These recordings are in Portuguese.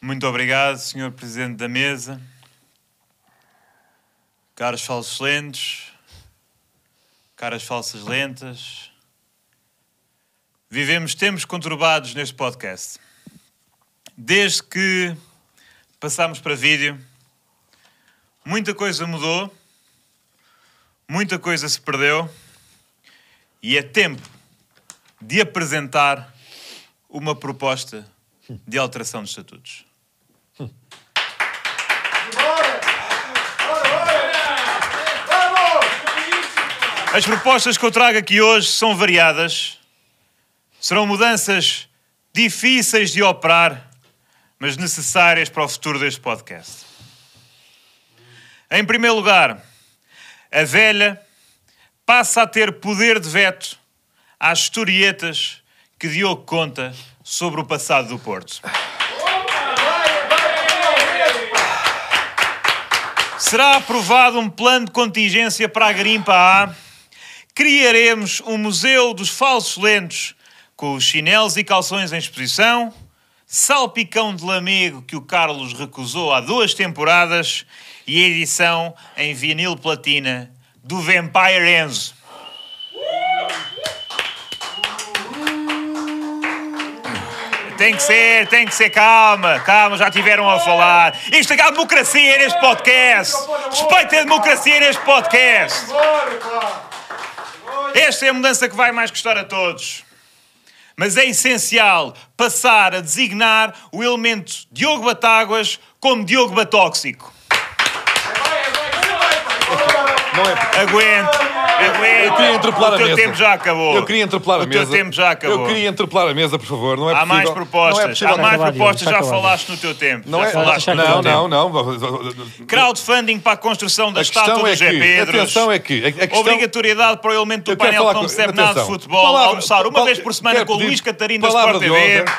Muito obrigado, Sr. Presidente da Mesa. Caros falsos lentos, caras falsas lentas. Vivemos tempos conturbados neste podcast. Desde que passámos para vídeo, muita coisa mudou, muita coisa se perdeu e é tempo de apresentar uma proposta de alteração dos estatutos. As propostas que eu trago aqui hoje são variadas. Serão mudanças difíceis de operar, mas necessárias para o futuro deste podcast. Em primeiro lugar, a velha passa a ter poder de veto às historietas que Diogo conta sobre o passado do Porto. Será aprovado um plano de contingência para a Grimpa A. Criaremos um museu dos falsos lentos, com os chinelos e calções em exposição, salpicão de lamego que o Carlos recusou há duas temporadas e a edição em vinil platina do Vampire Enzo. Tem que ser, tem que ser, calma, calma, já tiveram a falar. Isto é que há democracia neste podcast. Respeita a democracia neste podcast. Esta é a mudança que vai mais custar a todos. Mas é essencial passar a designar o elemento Diogo Batáguas como Diogo Batóxico. Não é. Aguente, aguente. Eu queria interpelar o a teu mesa. tempo já acabou. Eu queria interpelar a O teu mesa. tempo já acabou. Eu queria interpelar a mesa, por favor. Não é Há possível. mais Não é propostas, possível. há mais Está acabado, propostas, já está acabado. falaste no teu tempo. Não já é. falaste no teu Não, tempo. não, não. não. Crowdfunding para a construção da A questão estátua é do Zé que. Pedros. Atenção é que. A, a questão, Obrigatoriedade para o elemento Eu do quero painel falar que não com- percebe nada de atenção. futebol Palavra- almoçar uma pal- vez por semana quero com o pedir Luís Catarino da palavra Sport de TV. ordem.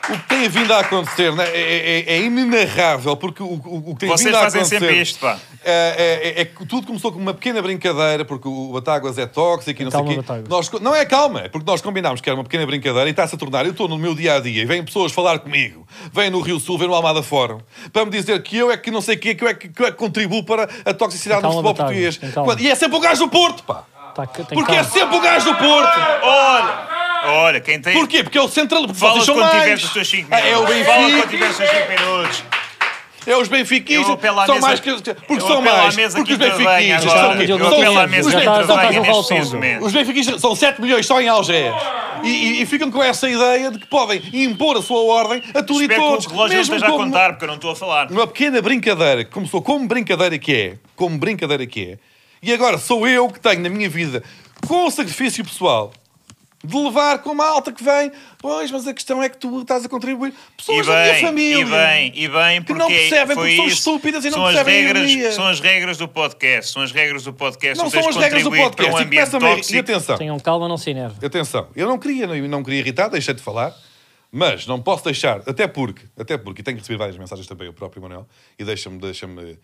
O que tem vindo a acontecer né, é, é- é inenarrável, porque o, o- o que tem Vocês vindo a fazem acontecer... sempre isto, pá. É, é- é que tudo começou com uma pequena brincadeira, porque o Batáguas é tóxico e não Calma, sei o quê. Batáguas. Nós co- não é calma, é porque nós combinámos que era uma pequena brincadeira e está-se a tornar. Eu estou no meu dia a dia e vêm pessoas falar comigo, vêm no Rio Sul, vêm no Almada Fórum, para me dizer que eu é que não sei o quê, que eu é que, que eu é que contribuo para a toxicidade É Calma, do futebol Batáguas, português. tem calma. Quando- E é sempre o gajo do Porto, pá! Tá, que- tem Porque é assim, calma. sempre o gajo do Porto! Olha, olha, quem tem... Porquê? Porque é o central. Fala Vocês são quando mais. tiveres os teus 5 Ah, minutos. É o Fala quando tiveres Benfica, os teus 5 minutos. é os benfiquistas. Eu apelo à São mesa- mais que. Porque eu são apelo à mais. mesa Porque os que intervenha benfiquistas. agora. são o quê? Eu São- apelo à os mesa que benfiquistas- intervenha os neste benfiquistas- preciso momento. Os benfiquistas são 7 milhões só em Algés. E, e- e ficam com essa ideia de que podem impor a sua ordem a tudo e Espero que todos. o relógio não mesmo esteja a como- contar, porque eu não estou a falar. Uma pequena brincadeira que começou como brincadeira que é, como brincadeira que é, e agora sou eu que tenho na minha vida, com sacrifício pessoal, de levar com uma alta que vem, pois, mas a questão é que tu estás a contribuir. E Pessoas da minha bem, família. e bem, e bem, porque não percebem, foi porque são isso. estúpidas e não São as percebem a ironia. regras, São as regras do podcast, são as regras do podcast. Não tu tens são as de regras do contribuir para podcast. Um e ambiente começa-me a ir- E tóxico. atenção, Tenham calma, não se enerve. atenção, eu não queria, não, não queria irritar, deixei de falar. Mas não posso deixar, até porque, até porque, e tenho recebido várias mensagens também, o próprio Manuel, e deixa-me, deixa-me,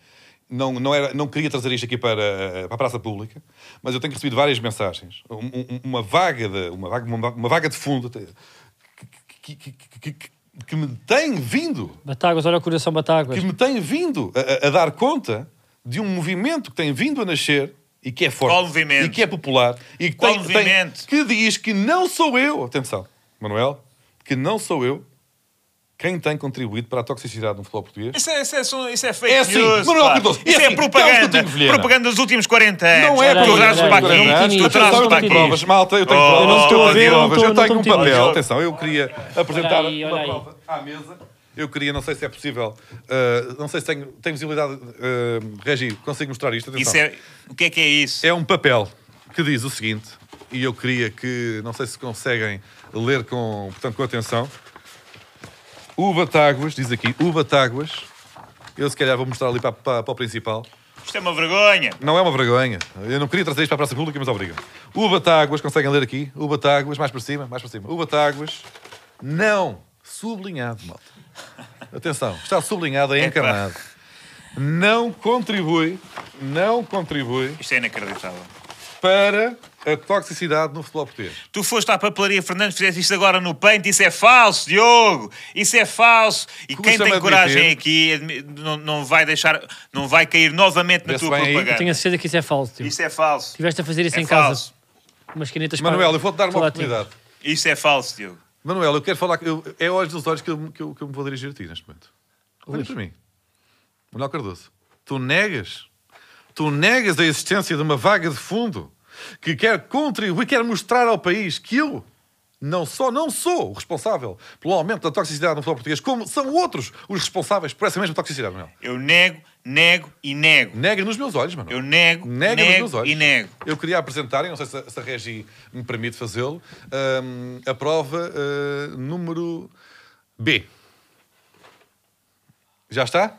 não, não, era, não queria trazer isto aqui para, para a praça pública, mas eu tenho recebido várias mensagens, um- um- uma vaga de, uma vaga, uma, uma vaga de fundo até, que, que- que- que- que- que me tem vindo Batáguas, olha o coração Batáguas. que me tem vindo a, a- a dar conta de um movimento que tem vindo a nascer e que é forte Qual movimento? e que é popular e que Qual tem, tem- movimento? que diz que não sou eu, atenção, Manuel, que não sou eu quem tem contribuído para a toxicidade no futebol português. Isso é, isso é, só- isso é fake É assim, news. Manuel pá. Cardoso, Isso é é assim, Carlos propaganda. Coutinho Vilhena. Propaganda dos últimos 40 anos. Não é Olha aí, Tu por olha aí, trazes para olha aí. Não aqui, tinha tu isto, trazes não para eu aqui. tenho provas, malta, eu tenho Oh, provas. eu não estou a eu ver, tenho eu não provas, estou- eu não tenho um estou a meter. papel, atenção, eu queria apresentar Olha aí, olha uma aí. prova à mesa. Eu queria, não sei se é possível, ah, não sei se tenho, tenho visibilidade, ah, Regi, consigo mostrar isto? Atenção. Isso é, o que é que é isso? É um papel que diz o seguinte, e eu queria que, não sei se conseguem ler com, portanto, com atenção. O Batáguas, diz aqui, o Batáguas, eu se calhar vou mostrar ali para, para- para o principal. Isto é uma vergonha. Não é uma vergonha, eu não queria trazer isto para a praça pública, mas obrigado. O Batáguas, conseguem ler aqui? O Batáguas, mais para cima, mais para cima. O Batáguas, não, sublinhado, malta. Atenção, está sublinhado, é Epá. encarnado. Não contribui, não contribui Isto é inacreditável. para a toxicidade no futebol português. Tu foste à papelaria Fernandes, fizeste isto agora no Paint, isso é falso, Diogo! Isso é falso! E quem Custa-me tem coragem admitir. aqui admi- não, não vai deixar, não vai cair novamente na Vê-se tua bem aí. propaganda. Tenho a certeza que isso é falso, tio. Isso é falso. Tiveste a fazer isso É em falso. casa. Umas canetas Manuel, para- eu vou-te dar uma para lá, tio. oportunidade. Isso é falso, Diogo. Manuel, eu quero falar. Eu, é olhos nos olhos que eu, que, eu, que eu me vou dirigir a ti neste momento. Olha para mim. Manuel Cardoso, tu negas? Tu negas a existência de uma vaga de fundo que quer contribuir, quer mostrar ao país que eu não só não sou o responsável pelo aumento da toxicidade no futebol português, como são outros os responsáveis por essa mesma toxicidade, Manuel. Eu nego, nego e nego. Nega nos meus olhos, Manuel. Eu nego, Nega nos meus nego olhos. e nego. Eu queria apresentar, e não sei se, a- se a Regi me permite fazê-lo, hum, a prova hum, número B. Já está?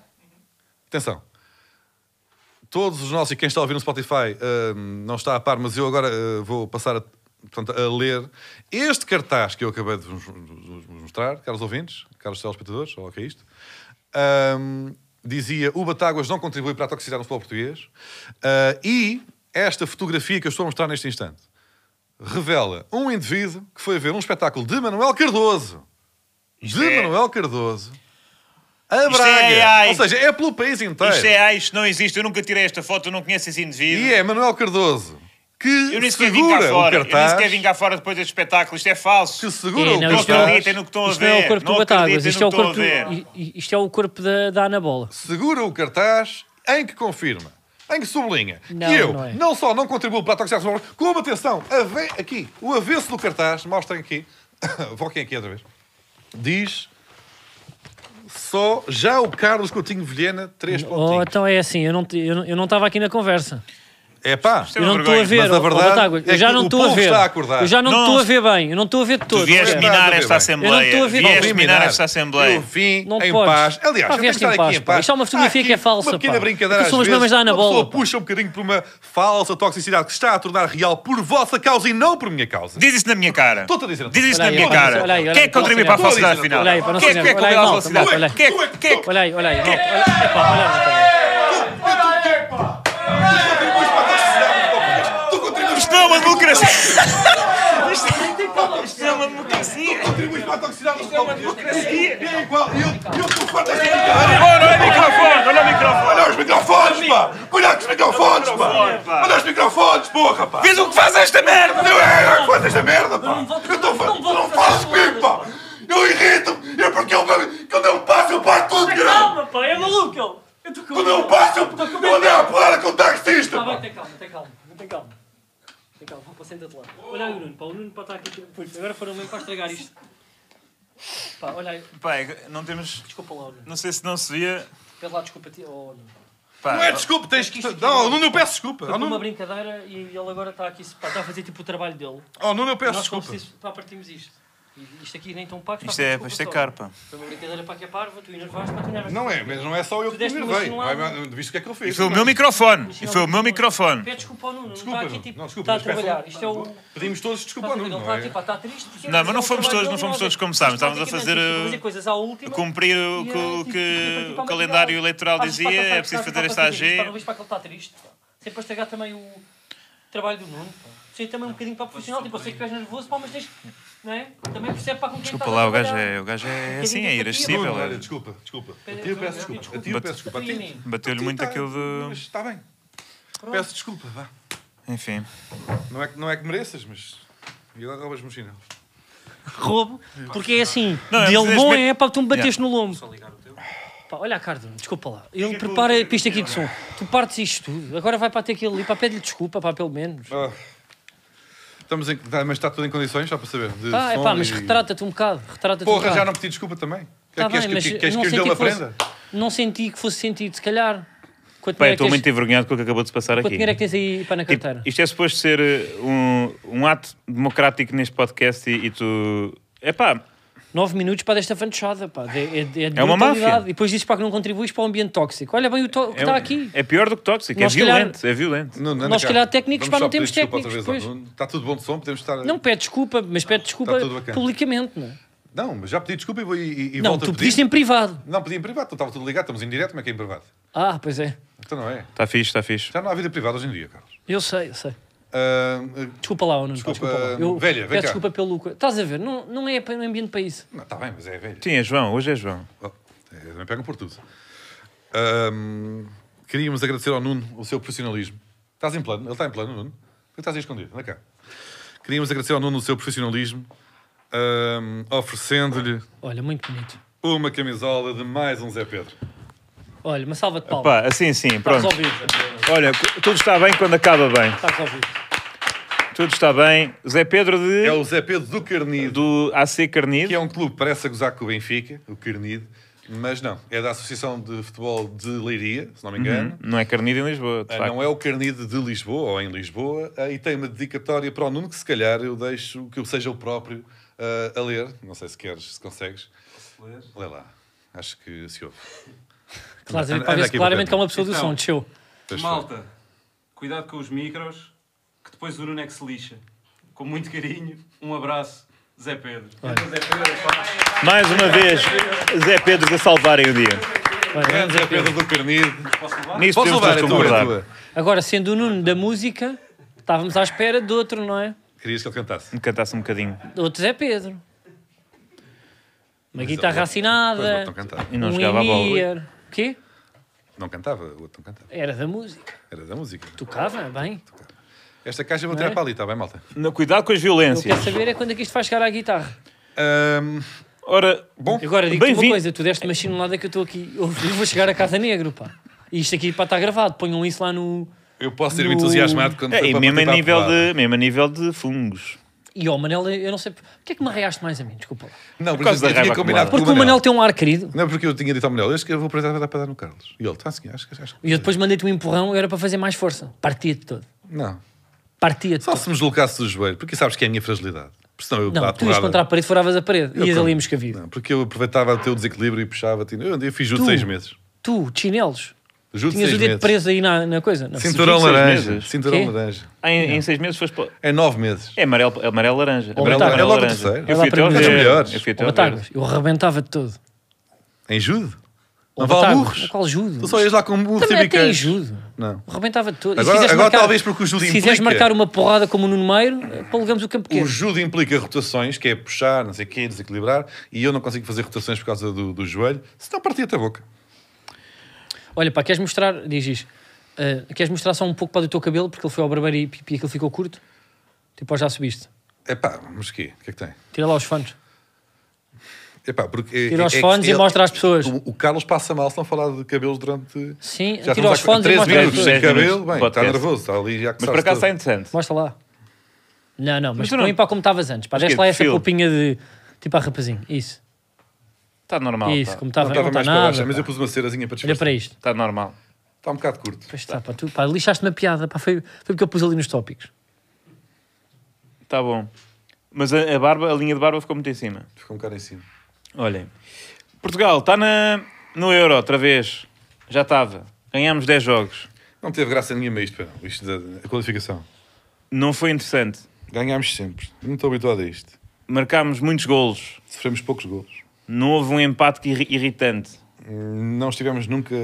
Atenção. Todos os nossos, e quem está a ouvir no Spotify hum, não está a par, mas eu agora hum, vou passar a, portanto, a ler este cartaz que eu acabei de vos, vos mostrar, caros ouvintes, caros telespectadores, olha o que é isto. Hum, dizia: o Batáguas não contribui para a toxicidade no futebol português. Ah, e esta fotografia que eu estou a mostrar neste instante revela um indivíduo que foi ver um espetáculo de Manuel Cardoso. Isto de é- Manuel Cardoso. A Isto é Braga. AI. Ou seja, é pelo país inteiro. Isto é, ah, isto não existe, eu nunca tirei esta foto, eu não conheço esse indivíduo. E é Manuel Cardoso que Eu nem sequer vim cá segura o fora. Eu nem cartaz. sequer vim cá fora depois deste espetáculo. Isto é falso. Que segura É, o não, Não isto é- cartaz. acreditem no que estão a Isto não é o ver. corpo do Não Batáguas, acreditem isto é no o que estão a corpo, i- ver. i- isto é o corpo da, da Ana Bola. Segura o cartaz em que confirma, em que sublinha Não, que eu não é. como só não contribuo para a toxicidade do futebol, como atenção, ave- aqui, o avesso do cartaz, mostrem aqui, voltem aqui outra vez, diz só já o Carlos Coutinho Vilhena, três Oh, pontinhos. então é assim, eu não te- eu não eu não estava aqui na conversa. É pá, é eu uma não estou a vergonha. ver, Mas a ó, ó, verdade Batáguas, é eu já que não o estou a povo ver. está a acordar. Eu já não Não, estou a não- ver bem, eu não estou a ver de todo. Tu vieste é Olha, nada a minar ver esta bem. assembleia. Eu não estou a ver. Vieste Vou minar esta assembleia. Eu vim Não em podes. paz. Aliás, Pá, eu tenho que vieste em estar aqui paz, em pá. paz. Isto é uma fotografia Há aqui que é falsa, Uma pequena pá. brincadeira Porque às são os vezes. mamas da Ana Uma Bola, pessoa pá. puxa um bocadinho por uma falsa toxicidade que se está a tornar real por vossa causa e não por minha causa. Diz isso na minha cara. Estou-te a dizer, não Diz isso Olha na aí, minha olha aí, cara. olha aí, olha Quem é aí, que contribui olha para aí. a falsidade final? Olha aí, para não Quem é ser que é que olha aí, contribui para a malta, falsidade? malta, olha aí. Quem é que- quem é que- Olha aí, olha aí, malta, olha aí. Epá, olha aí, olha aí. Contribuis para a toxicidade do povo português. Tu contribuis- Isto não é uma democracia. Isto- Isto é uma democracia. contribuis para a toxicidade do povo português. É igual. E eu eu estou farto desta brincadeira. Olha o microfone, olha o microfone. Olha os microfones, pá! Olha os microfones, pá! Olha os microfones, porra, pá! Vês o que faz esta merda? Não é, é, faz esta merda, pá! Eu estou farto, tu não falas comigo, pá! Eu irrito-me! É porque eu, quando eu passo, eu passo tudo, caralho! Calma, pá, é maluco ele! Eu tô com Quando eu passo, eu, eu andei a porrada com o taxista, Tá bem, pá! tem calma, tem calma, tem calma. Tem calma, pá, senta-te lá. Olha aí o Nuno, pá, o Nuno pá, está aqui. Putz, agora foram mesmo para estragar isto. Pá, olha aí, Pai, é não temos. desculpa lá, ó Nuno. Não sei se não se via. Pede lá desculpa a ti, oh Nuno. Pá, é desculpa, tens que. Não, Nuno, eu peço desculpa! Foi Tá uma brincadeira e ele agora está aqui, pá, está a fazer tipo o trabalho dele. oh, Nuno, eu Nós como se isso- pá, partimos isto. E Isto aqui nem tão pago, pá, isto é, desculpa isto é só. carpa. Foi uma brincadeira para que é parva, tu enervaste, para tu enervaste. Não é, mas não é só eu que te Tu deste-me enervei. uma chinelada. Não é- Viste o que é que eu E fiz? foi o meu microfone. E foi o meu microfone. Pede desculpa ao Nuno, Desculpa, não está Nuno. aqui tipo. Não, desculpa, está a mas peço- trabalhar, isto é o. Tá Pedimos todos desculpa ao Nuno, não é? está triste. porque Não, mas não é um fomos trabalho todos, não fomos dele, todos como sabemos. Mas Estávamos a praticamente fazer, tive que uh, fazer coisas à última. Cumprir o eh, que o, tipo, que o calendário eleitoral dizia, é preciso fazer esta Para não AG. vejo para que ele está triste. pá. Sempre a estragar também o trabalho do Nuno. pá. Sei também um bocadinho para profissional. Tipo, eu sei que tu és nervoso, pá, mas tens. Não é? Também percebe para com quem Desculpa estás a lá, o gajo trabalhar. é, o gajo é assim, é Nuno, irascível. olha, é. desculpa, desculpa. A ti eu peço desculpa. A ti eu peço desculpa. A ti- Sim. Bateu-lhe muito aquilo de. está bem. Peço desculpa, vá. Enfim. Não é, que- não é que mereças, mas. E agora roubas-me um chinelo. Roubo, porque é assim. Não, é dele preciso bom mesmo- é para tu me bateste no lombo. Pá, olha a cara, Nuno, desculpa lá. Ele prepara a pista aqui de som. Tu partes isto tudo. Agora vai para ter aquilo ali. Pá, pede-lhe desculpa, pá, pelo menos. Ah. Estamos em, tá, mas está tudo em condições, só para saber. Pá, De som Ah, epá, mas e- retrata-te um bocado. Retrata-te um Porra, bocado. já não pedi desculpa também. Tá queres bem, que, mas queres não que eu senti dê uma que fosse- prenda? Não senti que fosse sentido, se calhar. Quanto dinheiro é Pai, que estou tens- muito envergonhado com o que acabou de se passar Quanto aqui. dinheiro é que tens aí para na Tipo, carteira? isto é suposto ser eh, um, um ato democrático neste podcast e, e tu. Epá, Nove minutos para desta fantochada, pá. É, é, é, de É uma brutalidade. máfia. E depois dizes para que não contribuis para o ambiente tóxico. Olha bem o, to- o que é, está aqui. é pior do que tóxico, é Nós, se calhar- violento, é violento. Não, não, Nós, se cá. calhar, técnicos, Vamos pá, não só pedir temos desculpa outra técnicos, vez ao pois. Nuno. Está tudo bom de som, podemos estar. Não pede desculpa, mas pede desculpa Tá tudo bacana. publicamente, não é? Não, mas já pedi desculpa e, vou- e, e Não, volto tu a pedir. pediste em privado. Não, pedi em privado, então estava tudo ligado, estamos em direto, como é que é em privado? Ah, pois é. Então não é. Está fixe, está fixe. Já não há vida privada hoje em dia, Carlos. Eu sei, eu sei. Ah, Desculpa lá, Nuno. Desculpa, Desculpa, lá. Eu velha, vem peço cá. desculpa pelo. co- Estás a ver? Não, não é pa- um ambiente para isso. não, está bem, mas é velho. Sim, é João, hoje é João. Oh, é, também pegam por tudo. Ahm, queríamos agradecer ao Nuno o seu profissionalismo. Estás em plano? Ele está em plano, Nuno? Por que estás aí escondido? Anda cá. Queríamos agradecer ao Nuno o seu profissionalismo, ahm, oferecendo-lhe Olha, muito bonito. uma camisola de mais um Zé Pedro. Olha, uma salva de palmas. Pá, assim, Tá sim, Está pronto. Tá resolvido. Olha, cu- tudo está bem quando acaba bem. Está resolvido. Tudo está bem. Zé Pedro de, É o Zé Pedro do Carnido, do AC que Carnido. é um clube que parece a gozar com o Benfica, o Carnido, mas não. É da Associação de Futebol de Leiria, se não me engano. Hum, Não é Carnido em Lisboa, de Ah, facto. Não um- é o Carnide de Lisboa, ou em Lisboa, ah, e tem uma dedicatória para o Nuno, que se calhar eu deixo que eu seja o próprio ah, a ler. Não sei se queres, se consegues. Lê lá. Acho que se ouve. Claro, Anda- para anda ver aqui se claramente para que é uma pessoa do Então. som, desceu. Pois foi. Malta, cuidado com os micros, que depois o Nuno é que se lixa. Com muito carinho, um abraço, Zé Pedro. Então, Zé Pedro, pá. é. Mais uma vez, Zé Pedro a salvarem o dia. Grande Zé Pedro do Carnide. Posso levar? Nisso Posso temos todos levar a de tua, a concordar. tua? Agora, sendo o Nuno da música, estávamos à espera de outro, não é? Querias que ele cantasse? Me cantasse um bocadinho. De Outro Zé Pedro. Uma guitarra Pois, o outro assinada. não cantava. E não um jogava a bola. Emir. O quê? Não cantava, o outro não cantava. Era da música. Era da música. Tocava, bem. Esta caixa eu vou tirar é? para ali, está bem, malta? Não, Cuidado com as Eu quero violências. saber é quando é que isto vai chegar à guitarra. Ahm, Ora, bom, Agora digo-te uma Bem-vindo. coisa, tu deste uma chinelada que eu estou aqui. Eu vou chegar a casa negro, pá. E isto aqui pá, está gravado, ponham isso lá no. eu posso ser No- entusiasmado quando é, foi e para mesmo a, partir para nível porrada. de, mesmo a nível de fungos. E ó, Manel, eu não sei. Porquê é que me arreaste mais a mim? Desculpa. lá. Não, Por por causa exemplo, da eu tinha raiva combinado com Porque o o Manel Manel. tem um ar querido. Não, porque eu tinha dito ao Manel, eu acho que eu vou aproveitar para dar para dar no Carlos. E ele, está assim, acho que... Acho que E eu depois mandei-te um empurrão, eu era para fazer mais força. Partia-te todo. Não. Partia-te Só todo. se me deslocasses o joelho, porque sabes que é a minha fragilidade. Porque senão eu Não, dava tu ias porrada. contra a parede, furavas a parede. Ias Eu- ali em Moscavide. Não, porque eu aproveitava o teu desequilíbrio e puxava-te. Eu, eu fiz juro Tu? de seis meses. Tu, de chinelos. Juro de Tinhas o seis dedo meses. preso aí na, na coisa. Não. Cinturão Juro de seis laranja. meses. Cinturão Quê? laranja. Em, em seis meses foste para... É nove meses. É amarelo, é amarelo laranja. Amarelo laranja. É logo o terceiro. Eu fui É lá até ao É para mim. dos verde. melhores. Eu fui até Ou ao verde. Batagas, eu arrebentava-te todo. Em judo? Não Ou vale Batagas, burros. Qual judo? Tu só ias lá com um burro Um Também e até em bicas. judo. Não. Rebentava-te todo. E se Agora- quiseres agora talvez porque o judo Se quiseres implica- marcar uma porrada como o Nuno Meiro, eh, polegamos o campo O pequeno. judo implica rotações, que é puxar, não sei o quê, desequilibrar, e eu não consigo fazer rotações por causa do, do joelho, senão partia-te a boca. Olha, pá, queres mostrar, diz isto, eh, queres mostrar só um pouco para do teu cabelo, porque ele foi ao barbeiro e, e aquilo ficou curto? Tipo, ó, já subiste. Epá, mas quê? O que é que tem? Tira lá os fones. Epá, porque é- Tira é- os é que fones e ele- mostra às pessoas. O, o Carlos passa mal se não falar de cabelos durante. Sim, Já tira estamos os há fones e 13 mostra às minutos pessoas. sem pessoas. cabelo, bem, está Podcast. nervoso, está ali já que Mas por acaso está sabe interessante. Mostra lá. Não, não, mas Mas eu não- põe para como estavas antes. Pá, desce é quê, lá essa perfil? roupinha de... Tipo, a rapazinho. Isso, Está normal. isso, Está como estava. Ah, não estava Não está mais para baixo, nada. mas pá. eu pus uma cerazinha para Olha disfarçar. para isto. está normal. Está um bocado curto. Pois está, pá, tu, pá, lixaste-me a piada, pá, foi, foi porque eu pus ali nos tópicos. Está bom. Mas a, a barba, a linha de barba ficou muito em cima. Ficou um bocado em cima. Olhem. Portugal está na, no Euro outra vez. Já estava. Ganhámos 10 jogos. Não teve graça nenhuma isto, pá, isto da a qualificação. Não foi interessante. Ganhámos sempre. Não estou habituado a isto. Marcámos muitos golos. Sofremos poucos golos. Não houve um empate que irri- irritante. Hum, Não estivemos nunca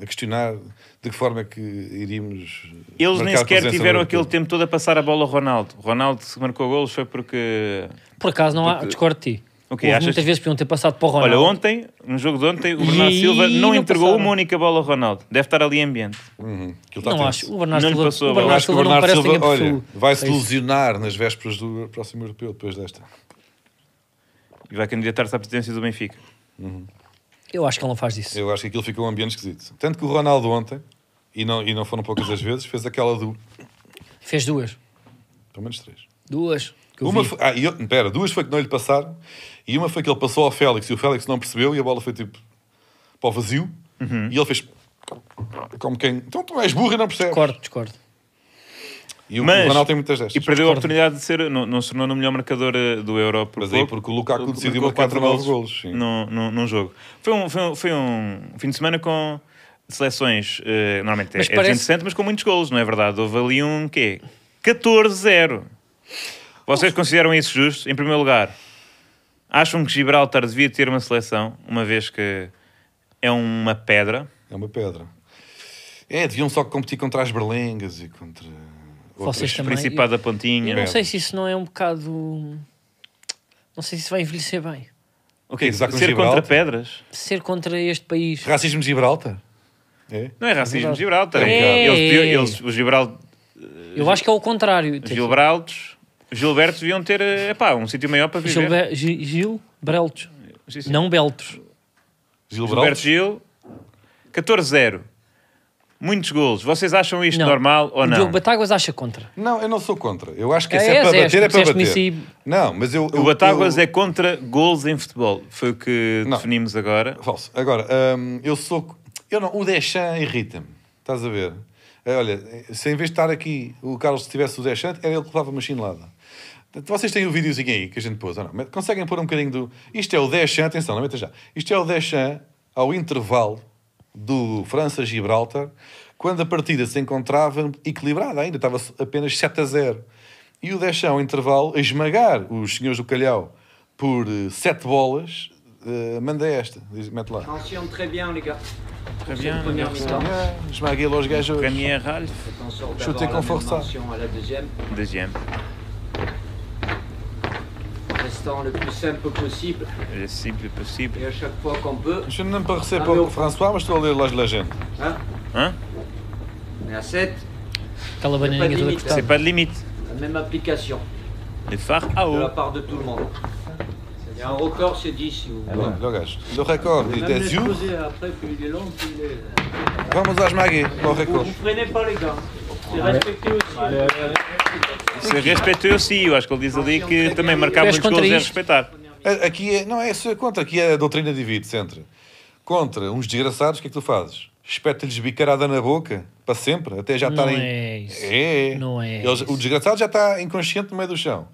a questionar de que forma é que iríamos. Eles nem marcar sequer presença tiveram no aquele grupo. tempo todo a passar a bola ao Ronaldo. O Ronaldo se marcou golos foi porque... Por acaso não há, discordo de ti. O quê, Houve Tipo, achas muitas que- vezes podiam ter passado para o Ronaldo. Olha, ontem, no jogo de ontem, o Bernardo E Silva não, não entregou passaram. uma única bola ao Ronaldo. Deve estar ali em ambiente. Uhum, aquilo está não tenso. acho. O Bernardo Não lhe Silva, passou a o bola. Eu Bernardo acho que o Silva não Bernardo parece Silva ninguém olha, pessoa. vai-se É isso. ilusionar nas vésperas do próximo europeu, depois desta. E vai candidatar-se à presidência do Benfica. Eu acho que ele não faz isso. Eu acho que aquilo ficou um ambiente esquisito. Tanto que o Ronaldo ontem, e não, e não foram poucas as vezes, fez aquela do. Fez duas. Pelo menos três. Duas. que eu Uma vi. foi, ah, e eu- pera, duas foi que não lhe passaram, e uma foi que ele passou ao Félix e o Félix não percebeu e a bola foi tipo para o vazio Uhum. e ele fez como quem. Então tu és burro e não percebes. Discordo, discordo. E o, Mas- o Ronaldo tem muitas destas. E perdeu a oportunidade de ser... Não, não se tornou no melhor marcador eh, do Euro. Por Mas aí pouco. porque o Lukaku Porque decidiu marcou marcar quatro 19 golos. sim. num, num, num jogo. Foi um, foi, um, foi um fim de semana com seleções, eh, normalmente é, Mas é parece- desinteressante, mas com muitos golos, não é verdade? Houve ali um quê? 14-0. Vocês consideram isso justo? Em primeiro lugar, acham que Gibraltar devia ter uma seleção, uma vez que é uma pedra? É uma pedra. É, deviam só competir contra as berlengas e contra Vocês também. Principado da Eu, Pontinha. eu não sei se isso não é um bocado. Não sei se isso vai envelhecer bem. O quê? Exato, Ser Gibraltar. contra pedras? Ser contra este país. Racismo de Gibraltar? É? Não é racismo de Gibraltar. É. Eles, eles, os Gibraltar. Eu acho que é o contrário. Gilbraltos, Gilbertos deviam ter eh, epá, um sítio maior para viver. Gilber... Gi- Gil Breltos. Sim, sim. Não Beltros. Gilberto Gilberto? Gil, 14-0. Muitos golos. Vocês acham isto Não. normal ou O Diogo não? Batáguas acha contra. Não, eu não sou contra. Eu acho que É, se é, és, para és, bater, é tu para disseste-me bater. isso Não, mas eu... eu- O Batáguas eu- é contra golos em futebol. Foi o que Não. definimos agora. Falso. Agora, hum, eu sou... Eu não, o Deschamps irrita-me. Estás a ver? É, Olha, se em vez de estar aqui o Carlos se tivesse o Deschamps, era ele que levava uma chinelada. Portanto, Vocês têm o videozinho aí que a gente pôs, ou não? Mas Conseguem pôr um bocadinho do... Isto é o Deschamps, atenção, não meta já. Isto é o Deschamps ao intervalo do França-Gibraltar, quando a partida se encontrava equilibrada ainda, estava apenas 7 a 0. E o Deschamps ao intervalo a esmagar os senhores do Calhau por 7 bolas, eh, manda esta, Diz- mete lá. Attention, très bien les gars. Très Très bien, bien. Première mi-temps. Esmaguei lá os gajos. Ranier Ralph, On Je sort d'abord t'ai la même confortable. mention à la deuxième, da GM. en restant le plus simple possible É simples possível. et à chaque fois qu'on peut. Je ne parecer Ah, para o meu. François, mas estou a ler lá de la gente. Hein Hein On est à 7, Aquela Pas de bananinha toda limite, C'est cortada. pas de limite. la même application Le phare à de la eau. part de tout le monde. Il y a un record, c'est 10 si vous voulez. Olha o gajo. Do recorde, diz Même 10 les you. poser après, plus il est long, plus il est. Vamos à esmaguei. Do Vous recorde. vous freinez pas les gars. C'est respecté aussi. Ser respeiteux sim. Eu acho que ele diz ali que também marcar Tu és muitos golos é contra isto? respeitar. A- Aqui é, não é isso é contra, aqui é a doutrina divide-se entre. Contra uns desgraçados, o que é que tu fazes? Espeta-lhes bicarada na boca, para sempre, até já Não estarem. é isso. É. Não é Eles- isso. O desgraçado já está inconsciente no meio do chão,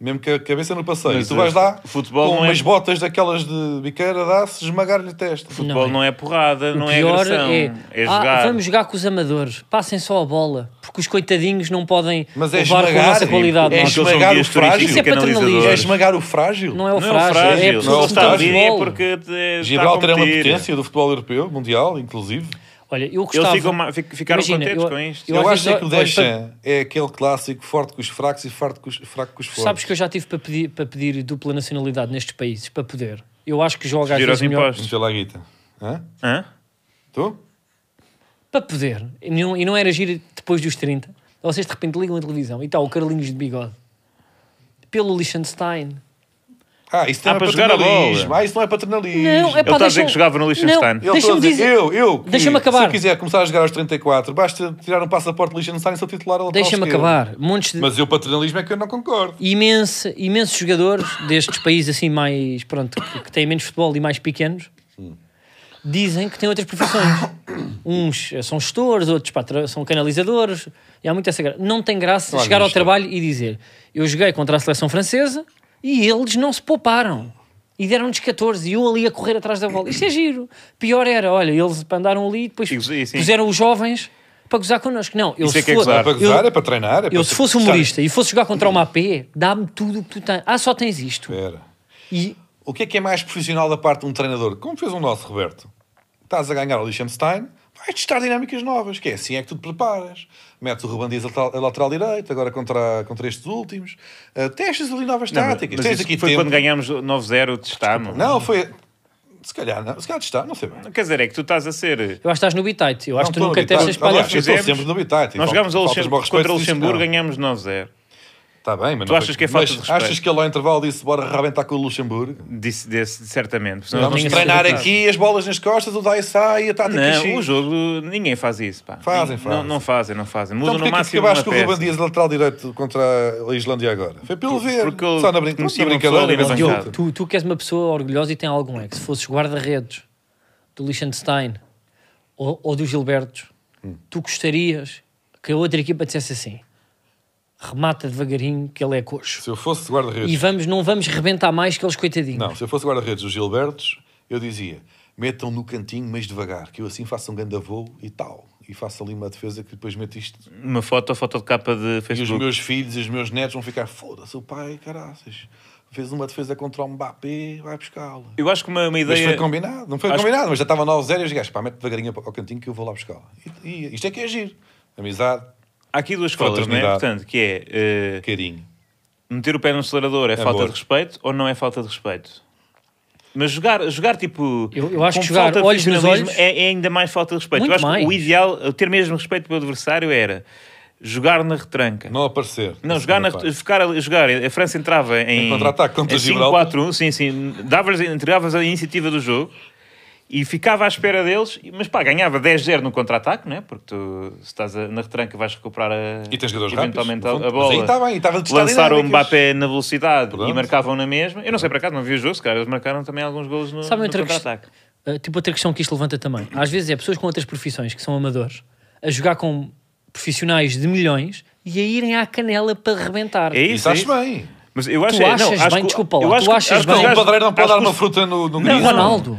mesmo que a cabeça no passeio. Mas e tu o vais lá futebol com não é- umas botas daquelas de biqueira, dá-se, esmagar-lhe a testa. O futebol é. não é porrada, não é Pior agressão. é, É "Ah, jogar. vamos jogar com os amadores, passem só a bola, porque os coitadinhos não podem Mas é levar com a esmagar, nossa qualidade. é nós." Porque eles são esmagar o guias frágil. turísticos Isso é paternalismo. canalizadores. É esmagar o frágil. Não é o Não é o frágil, é a frágil. pessoa Não que é está está a ali é futebol. porque eh, está a Gibraltar é uma competir. potência do futebol europeu, mundial, inclusive. Olha, eu gostava... ficam ma- fic- ficaram contentes com isto. Eu, às acho vezes é que o olho para- Deschamps é aquele clássico forte com os fracos e forte com os, fraco com os fortes. Sabes que eu já tive para pedir, para pedir dupla nacionalidade nestes países, para poder. Eu acho que joga às Fugir aos vezes melhor... impostos. Vamos ver lá a guita. Hã? Hã? Tu? Para poder. E não, e não era giro depois dos 30. Vocês de repente ligam a televisão e está o Carlinhos de bigode. Pelo Liechtenstein. Ah, isso não Ah, é para jogar a paternalismo. bola. Ah, isso não é paternalismo. Não, é Ele está pá, a dizer deixa-me- que jogava no Liechtenstein. Não, Ele está a Deixa-me dizer. Eu, eu. que, Deixa-me Se acabar. eu quiser começar a jogar aos 34, basta tirar um passaporte Liechtenstein e sou titular ao lateral Deixa-me esquerdo. acabar. Montes de Mas eu, paternalismo, é que eu não concordo. imenso, imensos jogadores destes países assim mais, pronto, que, que têm menos futebol e mais pequenos, dizem que têm outras profissões. Uns eh, são gestores, outros pá, tra- são canalizadores, e há muita essa graça. Não tem graça Olha chegar ao isto. é. trabalho e dizer eu joguei contra a seleção francesa e eles não se pouparam. E deram-nos 14 e eu ali a correr atrás da bola. Isto é giro. Pior era, olha, eles andaram ali e depois E gozi- e sim. puseram os jovens para gozar connosco. Não, eles Isso é que é fo- gozar. É para eu- gozar, é para treinar. É para eu, se fosse um humorista e fosse jogar contra uma AP, dá-me tudo o que tu tens. Ah, só tens isto. Espera. E O que é que é mais profissional da parte de um treinador? Como fez o nosso Roberto? Estás a ganhar o Liechtenstein, vais testar dinâmicas novas, que é assim é que tu te preparas. Metes o Ruban Dias a lateral, a lateral direito, agora contra, contra estes últimos. Uh, testas ali novas Não, mas- táticas. mas Tens isso aqui foi tempo. quando ganhámos 9-0, testámos. Não, foi... Se calhar, não. Se calhar testar, não sei bem. Quer dizer, é que tu estás a ser. eu acho que estás no bitite. Eu acho que tu estou nunca no Bitite. testas para Aliás, eu estou fizemos- sempre no Bitite. Nós jogámos ao Faltas Luxem- bom respeito, contra o diz que Luxemburgo, não. ganhámos 9-0. Está bem, mas Tu não achas foi- que é falta de mas respeito? Achas que ele ao intervalo disse, bora arrebentar com o Luxemburgo? é Disse, desse, certamente. Senão Vamos eles não treinar tinham- aqui, as bolas nas costas, o Dai sai, a tática X. Não, o jogo, ninguém faz isso. Pá. Fazem, Não- fazem. Não, fazem, não fazem. Então Mudam porquê no é que máximo. Uma acabaste com o Ruben peça. Dias lateral direito contra a Islândia agora? Foi pelo ver. porque ele Só na, brin conhecia na uma brincadeira. pessoa ali mas na não bancada. conta. Tu, tu que és uma pessoa orgulhosa e tem algum é que se fosses guarda-redes do Liechtenstein ou, ou do Gilberto, Hum. tu gostarias que a outra equipa dissesse assim: remata devagarinho que ele é coxo. Se eu fosse E guarda-redes... vamos, não vamos rebentar mais que eles coitadinhos. Não, se eu fosse guarda-redes dos Gilbertos, eu dizia, metam no cantinho, mas devagar, que eu assim faço um grande voo e tal. E faço ali uma defesa que depois meto isto. Uma foto, a foto de capa de E os Facebook. meus filhos e os meus netos vão ficar, foda-se, o pai, caraças, fez uma defesa contra o Mbappé, vai buscá-la. Eu acho que uma, uma Mas foi ideia. combinado, não foi Acho- combinado, mas já estava 9-0 e os gajos, pá, mete devagarinho ao cantinho que eu vou lá buscar. E, e isto é que é giro. Amizade, há aqui duas coisas, não é? Fraternidade. Portanto, que é eh, Carinho. meter o pé no acelerador é, falta boa. de respeito ou não é falta de respeito? Mas jogar, jogar tipo. Eu- eu acho com que jogar falta de olhos nos profissionalismo olhos- é, é ainda mais falta de respeito. Muito eu acho mais. que o ideal, eu ter mesmo respeito pelo adversário, era jogar na retranca. Não aparecer. Não, jogar, na, Epá. ficar a jogar. A França entrava em. Em contra-ataque contra em Gibraltar. 5-4-1, sim, sim. Davas, entregavas a iniciativa do jogo e ficava à espera deles, mas pá, ganhava 10-0 no contra-ataque, não é? Porque tu, se estás a- na retranca, vais recuperar a. E tens jogadores eventualmente rápidos, no a, a fundo. Mas bola. aí está bem, estava de estar Lançaram o dinâmicas. Mbappé na velocidade e Pronto. marcavam na mesma. Eu não sei para cá, não vi o jogo, se calhar eles marcaram também alguns golos no, Sabem no outra questão? contra-ataque. Ah, tipo, outra questão que isto levanta também. Às vezes é pessoas com outras profissões, que são amadores, a jogar com profissionais de milhões e a irem à canela para rebentar. É E isso. é estás isso. bem. Mas eu acho, é- Tu achas não, acho bem, que- desculpa lá, eu tu acho que- achas acho que os Não, bem. o gajos- Um padreiro não pode acho dar que uma os- fruta no, no Não, Gris, Ronaldo.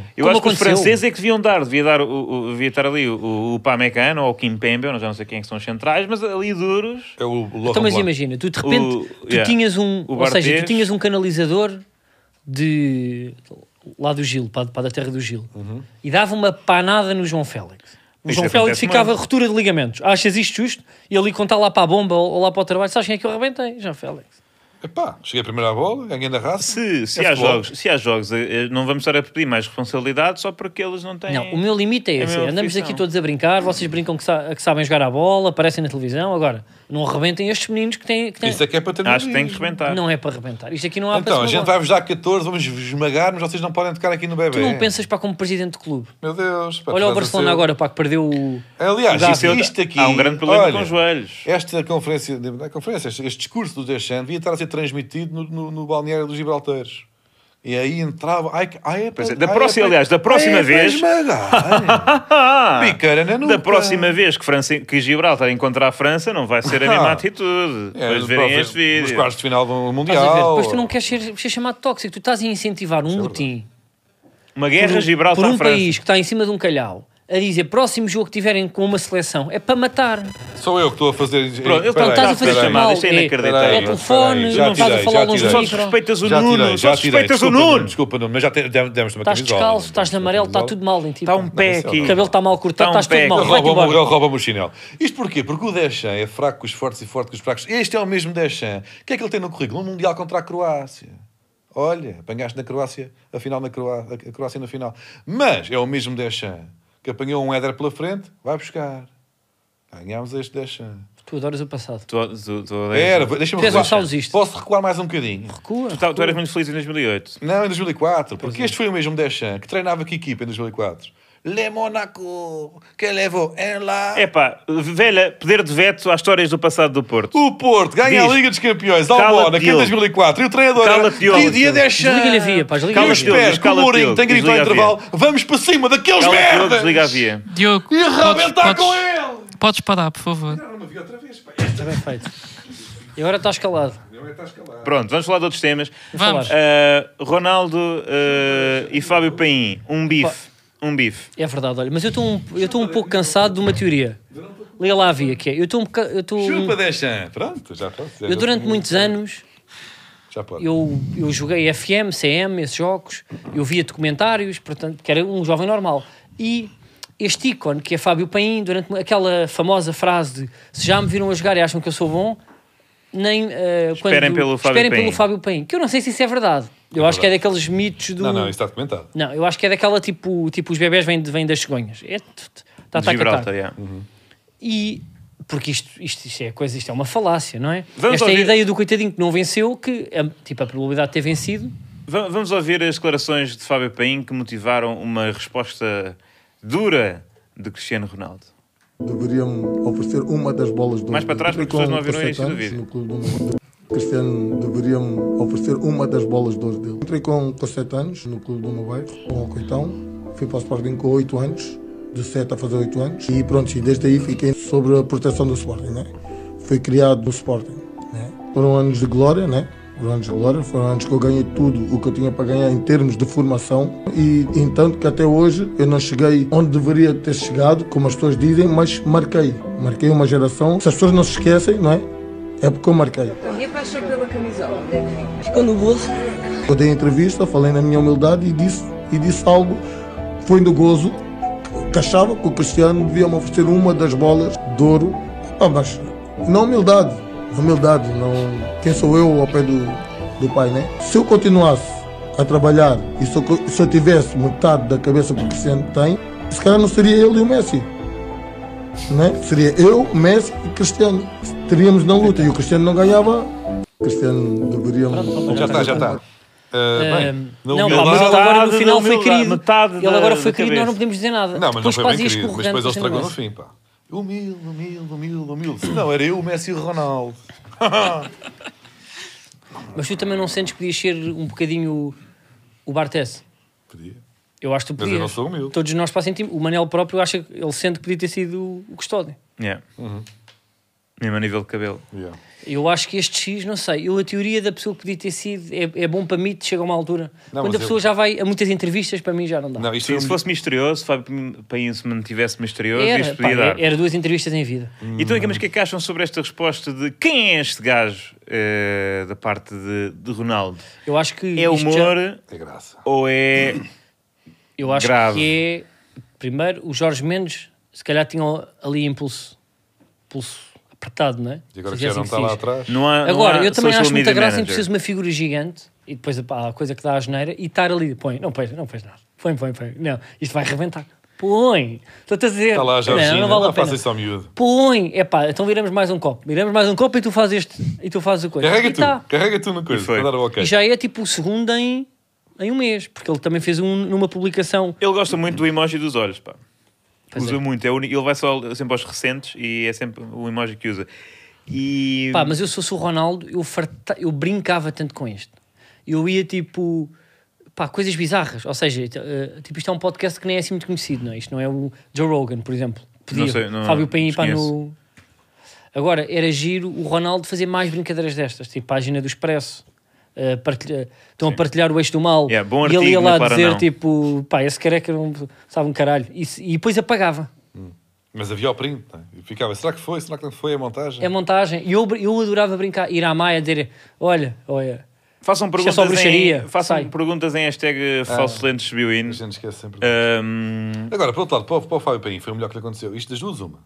Eu Como acho que os aconteceu. franceses é que deviam dar, devia dar o, o, devia estar ali o, o Pamecano ou o Kimpembe, eu já não sei quem é que são os centrais, mas ali duros. É o Laurent Então, mas Blanc. imagina, tu de repente O- tu yeah. tinhas um, O ou seja, Barthez. tu tinhas um canalizador de lá do Gil, para, para da terra do Gil, e dava uma panada no João Félix. O Uhum. Isso João acontece Félix ficava muito. ruptura de ligamentos. Achas isto justo? E ali contar lá para a bomba ou, ou lá para o trabalho, sabes quem é que eu arrebentei? João Félix. Epá, cheguei primeiro à bola, ganhei na raça. Se, se, É há futebol. jogos, se há jogos, eh, eh, não vamos estar a pedir mais responsabilidade só porque eles não têm. Não, o meu limite é a esse. minha Andamos profissão. aqui todos a brincar, vocês brincam que, sa- que sabem jogar a bola, aparecem na televisão. Agora, não arrebentem estes meninos que têm. Que têm... Isso é que é para ter no Acho que tem que Gris. rebentar. Não é para arrebentar. Isto aqui não há Então, para a se gente magoar. vai-vos dar 14, vamos esmagar, mas vocês não podem tocar aqui no bebê. Tu não pensas para como presidente de clube. Meu Deus. pá, Olha tu o estás a Barcelona ser- agora, pá, que perdeu o. Aliás, Dá- isto, Isso é outra- isto aqui. há um grande problema olha, com os joelhos. Esta conferência, de- não é conferência, este, este discurso do Deschamps devia estar a ser transmitido no, no, no balneário dos Gibraltares. E aí entrava. Ai, que- ai, é Pois é, para- da ai, é próxima- para- aliás, da próxima é para vez- esmagar. Picara na nuca. Da próxima vez que, França, que Gibraltar encontrar a França, não vai ser a mesma Ah. atitude. É, Depois nos de verem próximos- este Nos vídeo. quartos de final do Mundial. Estás a ver? Depois tu não queres ser, ser chamado tóxico, tu estás a incentivar é um motim Uma guerra por um Gibraltar-França. país que está em cima de um calhau a dizer próximo jogo que tiverem com uma seleção é para matar. Sou eu que estou a fazer. Pronto, então eu Espera Não aí, estás a espera fazer aí. chamada, mal, isto é é, inacreditável. é telefone, Já não estás a tirei, falar já longe do tirei. Só micro. respeitas o Já Nuno, só tirei, já tirei. respeitas o Desculpa, Nuno. Desculpa, Nuno, mas já te- demos demos uma Estás camisola, descalço, Nuno. estás de amarelo, está Camisola. tudo mal em ti. Está um pá. pé isso é aqui. O cabelo está mal cortado, Está um estás tudo pé. mal. Ele Vai-te Rouba-me embora. ele rouba-me o chinelo. Isto porquê? Porque o Deschamps é fraco com os fortes e forte com os fracos. Este é o mesmo Deschamps. O que é que ele tem no currículo? Um Mundial contra a Croácia. Olha, apanhaste na Croácia, a final na Croácia, a Croácia na final. Mas é o mesmo Deschamps que apanhou um Éder pela frente, vai buscar. Ganhámos este Deschamps. Tu adoras o passado. Tu, tu, tu, Era, deixa-me Tu és um recuar. saudosista. Posso recuar mais um bocadinho? Recua. tu, tu eras muito feliz em 2008. Não, em 2004, porque este foi o mesmo Deschamps que treinava que equipa em 2004? Le Monaco, que levou em lá. É pá, velha, poder de veto às histórias do passado do Porto. O Porto ganha Diz. a Liga dos Campeões ao Cala-te, Mónaco em Diogo. 2004 e o treinador era Cala-te, Diogo. Didier Deschamps. Desliga-lhe a via, pá, desliga-lhe Eu a Cala-te, Diogo, espero que o cala-te, Mourinho Diogo, tenha grito ao desliga a via. intervalo vamos para cima daqueles Cala-te, Diogo, é desliga a merdas via. Diogo, e podes, arrebentar com podes, ele. podes parar, por favor. Está bem feito. E agora estás calado. Pronto, vamos falar de outros temas. Vamos. Ah, Ronaldo ah, e Fábio Paim, um bife. Um bife. É verdade, olha, mas eu estou um, eu estou um pouco cansado de uma teoria. Liga lá a via, que é. Eu estou um boca- eu estou um- Chupa Deschamps. Pronto, já posso dizer. Hum, Eu durante muitos anos Já pode. eu, eu joguei FM, CM, esses jogos, eu via documentários, portanto, que era um jovem normal. E este ícone, que é Fábio Paim, durante mu- aquela famosa frase de se já me viram a jogar e acham que eu sou bom, nem. eh, quando- Esperem pelo Fábio esperem pelo Paim." Fábio Paim. Que eu não sei se isso é verdade. Eu acho que é daqueles mitos do. Não, não, isso está documentado. Não, eu acho que é daquela tipo, tipo os bebés vêm, de- vêm das cegonhas. É, t- t- tá, de tá, Gibraltar, é. tá. yeah. E porque isto, isto, isto é coisa, isto é uma falácia, não é? Vamos Esta é ouvir- a ideia do coitadinho que não venceu, que é, tipo a probabilidade de ter vencido. Va- Vamos ouvir as declarações de Fábio Paim que motivaram uma resposta dura de Cristiano Ronaldo. deveriam oferecer uma das bolas do Mais para trás, porque as pessoas não ouviram o início do com 17 anos vídeo. no Clube do Mundo. Cristiano deveriam oferecer uma das bolas de ouro dele. Entrei com, com 7 anos no clube do meu bairro, com o Coitão. Fui para o Sporting com 8 anos, de 7 a fazer 8 anos. E pronto, e desde aí fiquei sobre a proteção do Sporting. Né? Fui criado no Sporting. Né? Foram anos de glória, né? Foram anos de glória, foram anos que eu ganhei tudo o que eu tinha para ganhar em termos de formação. E entanto que até hoje eu não cheguei onde deveria ter chegado, como as pessoas dizem, mas marquei. Marquei uma geração. Se as pessoas não se esquecem, não é? É porque eu marquei. Minha paixão pela camisola. Ficou no bolso. Eu dei a entrevista, falei na minha humildade e disse, e disse algo, foi do gozo, que achava que o Cristiano devia me oferecer uma das bolas de ouro. Ah, mas Na humildade, na humildade, não, quem sou eu ao pé do, do pai, né? Se eu continuasse a trabalhar e se eu, co- se eu tivesse metade da cabeça que o Cristiano tem, se calhar não seria ele e o Messi. Né? Seria eu, Messi e Cristiano. Teríamos na luta e o Cristiano não ganhava. Cristiano deveríamos. Já está, já está. Ah, bem, na Não, pá, mas humildade- ele agora no um- Metade final da foi humildade, querido. metade Ele da- agora foi da querido, nós cabeça. não podemos dizer nada. Não, mas não Depois foi bem quase ia querido. Mas escorregando. depois ele depois estragou no não fim, pá. Humilde, humilde, humilde, humilde. Não, era eu, o Messi e o Ronaldo. é. Mas tu também não sentes que podias ser um bocadinho o Bartes? Podia. Eu acho que tu Mas eu podias. não sou humilde. Todos nós para sentir. O Manel próprio acha que ele sente que podia ter sido o custódio. Yeah. Uhum. Mesmo a nível de cabelo. Yeah. Eu acho que este X, não sei, eu a teoria da pessoa que podia ter sido é, é bom para mim, chega a uma altura. Não, mas Quando a pessoa eu- já vai a muitas entrevistas, para mim já não dá. Não, isto Sim, foi se um- fosse misterioso, se Fábio Paim se mantivesse misterioso, era, isto pá, podia dar. era duas entrevistas em vida. Então, digamos, o que é que acham sobre esta resposta de quem é este gajo eh, da parte de, de Ronaldo? Eu acho que É isto humor já- É graça. ou é. eu acho grave. que é primeiro o Jorge Mendes se calhar tinha ali impulso, pulso apertado, não é? E agora Se que já não fizessem está lá isso. atrás. Não há, não Agora, há eu também social acho muita media graça manager. em preciso de uma figura gigante e depois pá, a coisa que dá a geneira e estar ali. Põe, não põe, não põe nada. Põe, põe, põe. Não, isto vai reventar. Põe. Estou-te a dizer. Está Tá lá, Jorginho. Não, Não, não vale a faça pena. isso ao miúdo. Põe. É pá, então viramos mais um copo. Viramos mais um copo e tu fazes este. E tu fazes a coisa. Carrega e tu. tá. Carrega tu no coisa. E foi. Para dar o ok. E já é tipo o segundo em, em um mês. Porque ele também fez um numa publicação. Ele gosta muito do emoji dos olhos, pá. Pois usa é. muito. É o uni- ele vai só sempre aos recentes e é sempre o emoji que usa. E. Pá, mas eu se fosse o Ronaldo, eu, farta- eu brincava tanto com isto. Eu ia tipo. Pá, coisas bizarras. Ou seja, eh, tipo, isto é um podcast que nem é assim muito conhecido, não é? Isto não é o Joe Rogan, por exemplo. Podia. Não sei, não- Fábio Paim, pá, desconheço. no. Agora, era giro o Ronaldo fazer mais brincadeiras destas, tipo página do Expresso. eh, partilha- estão a partilhar o eixo do mal Yeah, bom e ele ia artigo, lá não para dizer não. tipo pá, esse careca não sabe um caralho e, se- e depois apagava Mas havia o print. né? E ficava, será que foi? Será que não foi a montagem? é montagem e eu, eu adorava brincar ir à Maia dizer olha, olha Façam é perguntas só em. bruxaria. Façam Sai. perguntas em hashtag Ah. falsos lentes subiu in. A gente esquece sempre. Ahm, Agora, por outro lado, para o, para o Fábio Paim, foi o melhor que lhe aconteceu. Isto das duas, uma.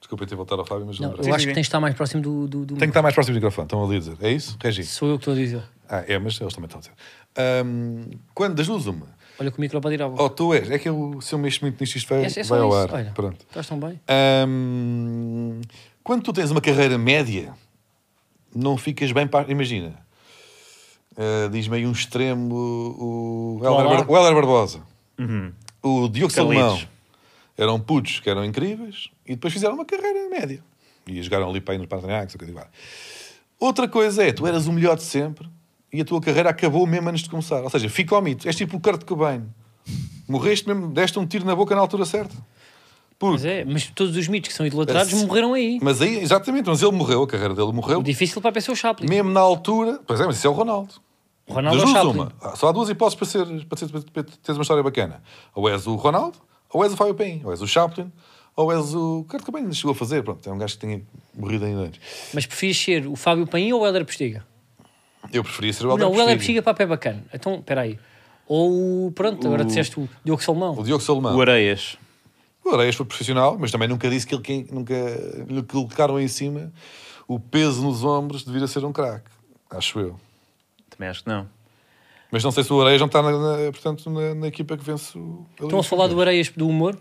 Desculpem ter voltado ao Fábio, mas Não, lembrei. eu Tenho acho sim. que tens de estar mais próximo do. do, do- que estar mais próximo do microfone. Estão ali a dizer. É isso? Regi. Sou eu que estou a dizer. Ah, é, mas eles também estão a dizer. Ahm, quando das duas, uma. Olha que o micro pode ir à boca. Ou tu és. É que eu, se eu mexo muito nisto, isto vai, é, é só vai ao isso. ar. Olha, Pronto. Estás tão bem? Hum, quando tu tens uma carreira média, não ficas bem para. Imagina, ah, diz-me aí um extremo: o o Hélder Olá. Bar- o Hélder Barbosa, o Carlitos. Diogo Salomão. Eram putos que eram incríveis e depois fizeram uma carreira média. E jogaram ali para ir nos Panathinaikos, ou coisa igual. Outra coisa é, tu eras o melhor de sempre e a tua carreira acabou mesmo antes de começar. Ou seja, fica ao mito. És tipo o Kurt Cobain. Morreste mesmo, deste um tiro na boca na altura certa. Mas Porque é, mas todos os mitos que são idolatrados Esse- morreram aí. mas aí, exatamente, mas ele morreu, a carreira dele morreu. O difícil para a pessoa é o Chaplin. Mesmo na altura. Pois é, mas isso é o Ronaldo. O Ronaldo é o Das duas, Chaplin. uma. Ah, Só há duas hipóteses para, ser, para, ser, para teres uma história bacana. Ou és o Ronaldo, ou és o Fábio Paim, ou és o Chaplin, ou és o. Kurt Cobain ainda chegou a fazer, pronto, é um gajo que tinha morrido ainda antes. Mas preferias ser o Fábio Paim ou o Helder Postiga? Eu preferia ser o Helder Não, o Helder Postiga. Postiga para é bacana. Então, espera aí. Ou, o- pronto, agora disseste o Diogo O Salomão. Diogo Salomão. o Areias. O Areias foi profissional, mas também nunca disse que ele quem, nunca lhe colocaram em cima o peso nos ombros de vir a ser um craque. Acho eu. Também acho que não. Mas não sei se o Areias não está, na, na- portanto, na, na equipa que vence o. Estão a falar do Areias do humor?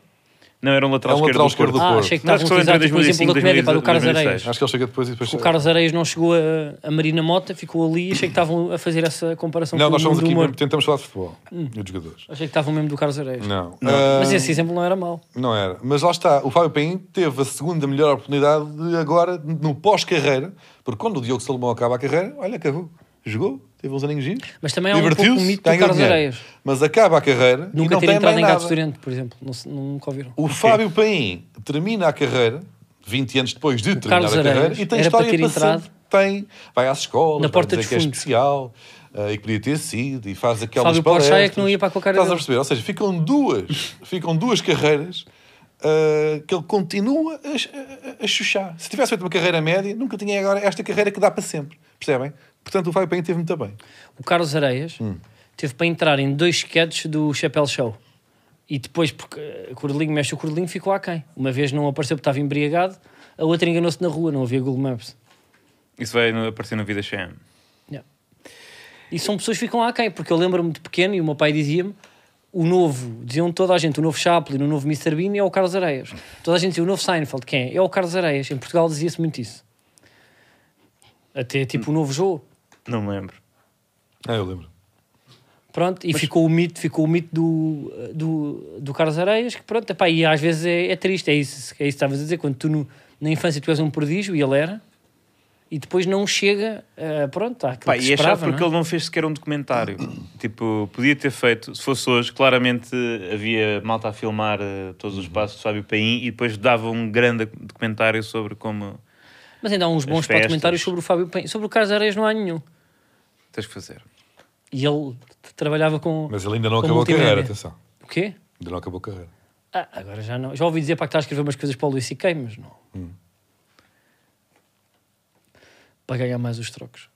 Não, era um É lateral um lateral esquerdo esquerdo do Porto. do Ah, Porto. achei que Nós estavam a utilizar tipo, o exemplo da comédia para o Carlos 2005, Areias. Acho que ele chega depois e depois. O Carlos Areias não chegou a, a Marina Mota, ficou ali. Achei que estavam a fazer essa comparação Não, com nós o fomos do aqui, humor. mesmo, tentamos falar de futebol e de jogadores. Achei que estavam mesmo do Carlos Areias. Não. Ah, Mas esse exemplo Hum. não era mau. Não era. Mas lá está, o Fábio Paim teve a segunda melhor oportunidade de agora, no pós-carreira, porque quando o Diogo Salomão acaba a carreira, olha, acabou. Jogou, teve uns aninhos giros. Mas também há um divertiu-se, pouco o mito do ganhou Carlos dinheiro. Areias. Mas acaba a carreira e Nunca não ter tem entrado mais em Gato nada. Durante, por exemplo. Não se- Nunca ouviram. O Fábio Paim termina a carreira, 20 anos depois de terminar Carlos a carreira, Areias e tem era história para ter para sempre. entrado Tem, vai às escolas, na vai porta dizer dos que é fundos. especial eh, e que podia ter sido, e faz aquelas Fábio Porchat é palestras. que não ia para com a cara Estás a dele. perceber? Ou seja, ficam duas, ficam duas carreiras eh, que ele continua a, a, a chuchar. Se tivesse feito uma carreira média, nunca tinha agora esta carreira que dá para sempre. Percebem? Portanto, o Fábio Paim teve muito bem. Hum. O Carlos Areias teve para entrar em dois sketches do Chapéu Show. E depois, porque eh, o cordelinho mexe o cordelinho, ficou aquém. Uma vez não apareceu porque estava embriagado, a outra enganou-se na rua, não havia Google Maps. Isso vai no- aparecer na vida Sham. E são pessoas que ficam aquém, porque eu lembro-me de pequeno e o meu pai dizia-me o novo, diziam toda a gente, o novo Chaplin, o novo Mr. Bean é o Carlos Areias. Toda a gente dizia o novo Seinfeld, quem é? É o Carlos Areias. Em Portugal dizia-se muito isso. Até tipo o novo Joe. Não me lembro. Ah, eu lembro. Pronto, e ficou o mito, ficou o mito do, do, do Carlos Areias, que pronto, epá, e às vezes é, é triste, é isso, é isso que estavas a dizer, quando tu no- na infância tu és um prodígio, e ele era, e depois não chega, ah, pronto, àquilo Pá, e que se é chato esperava, porque não é? ele não fez sequer um documentário. tipo, podia ter feito, se fosse hoje, claramente havia malta a filmar eh, todos os passos de Fábio Paim e depois dava um grande documentário sobre como Mas ainda há uns bons festas. documentários sobre o Fábio Paim, sobre o Carlos Areias não há nenhum, tens que fazer. e ele t- trabalhava com... Mas ele ainda não com acabou a multimédia. carreira, atenção. O quê? Ainda não acabou a carreira. Ah, agora já não, já ouvi dizer para que está a escrever umas coisas para o Luís C.K., mas não. Hum. Para ganhar mais os trocos.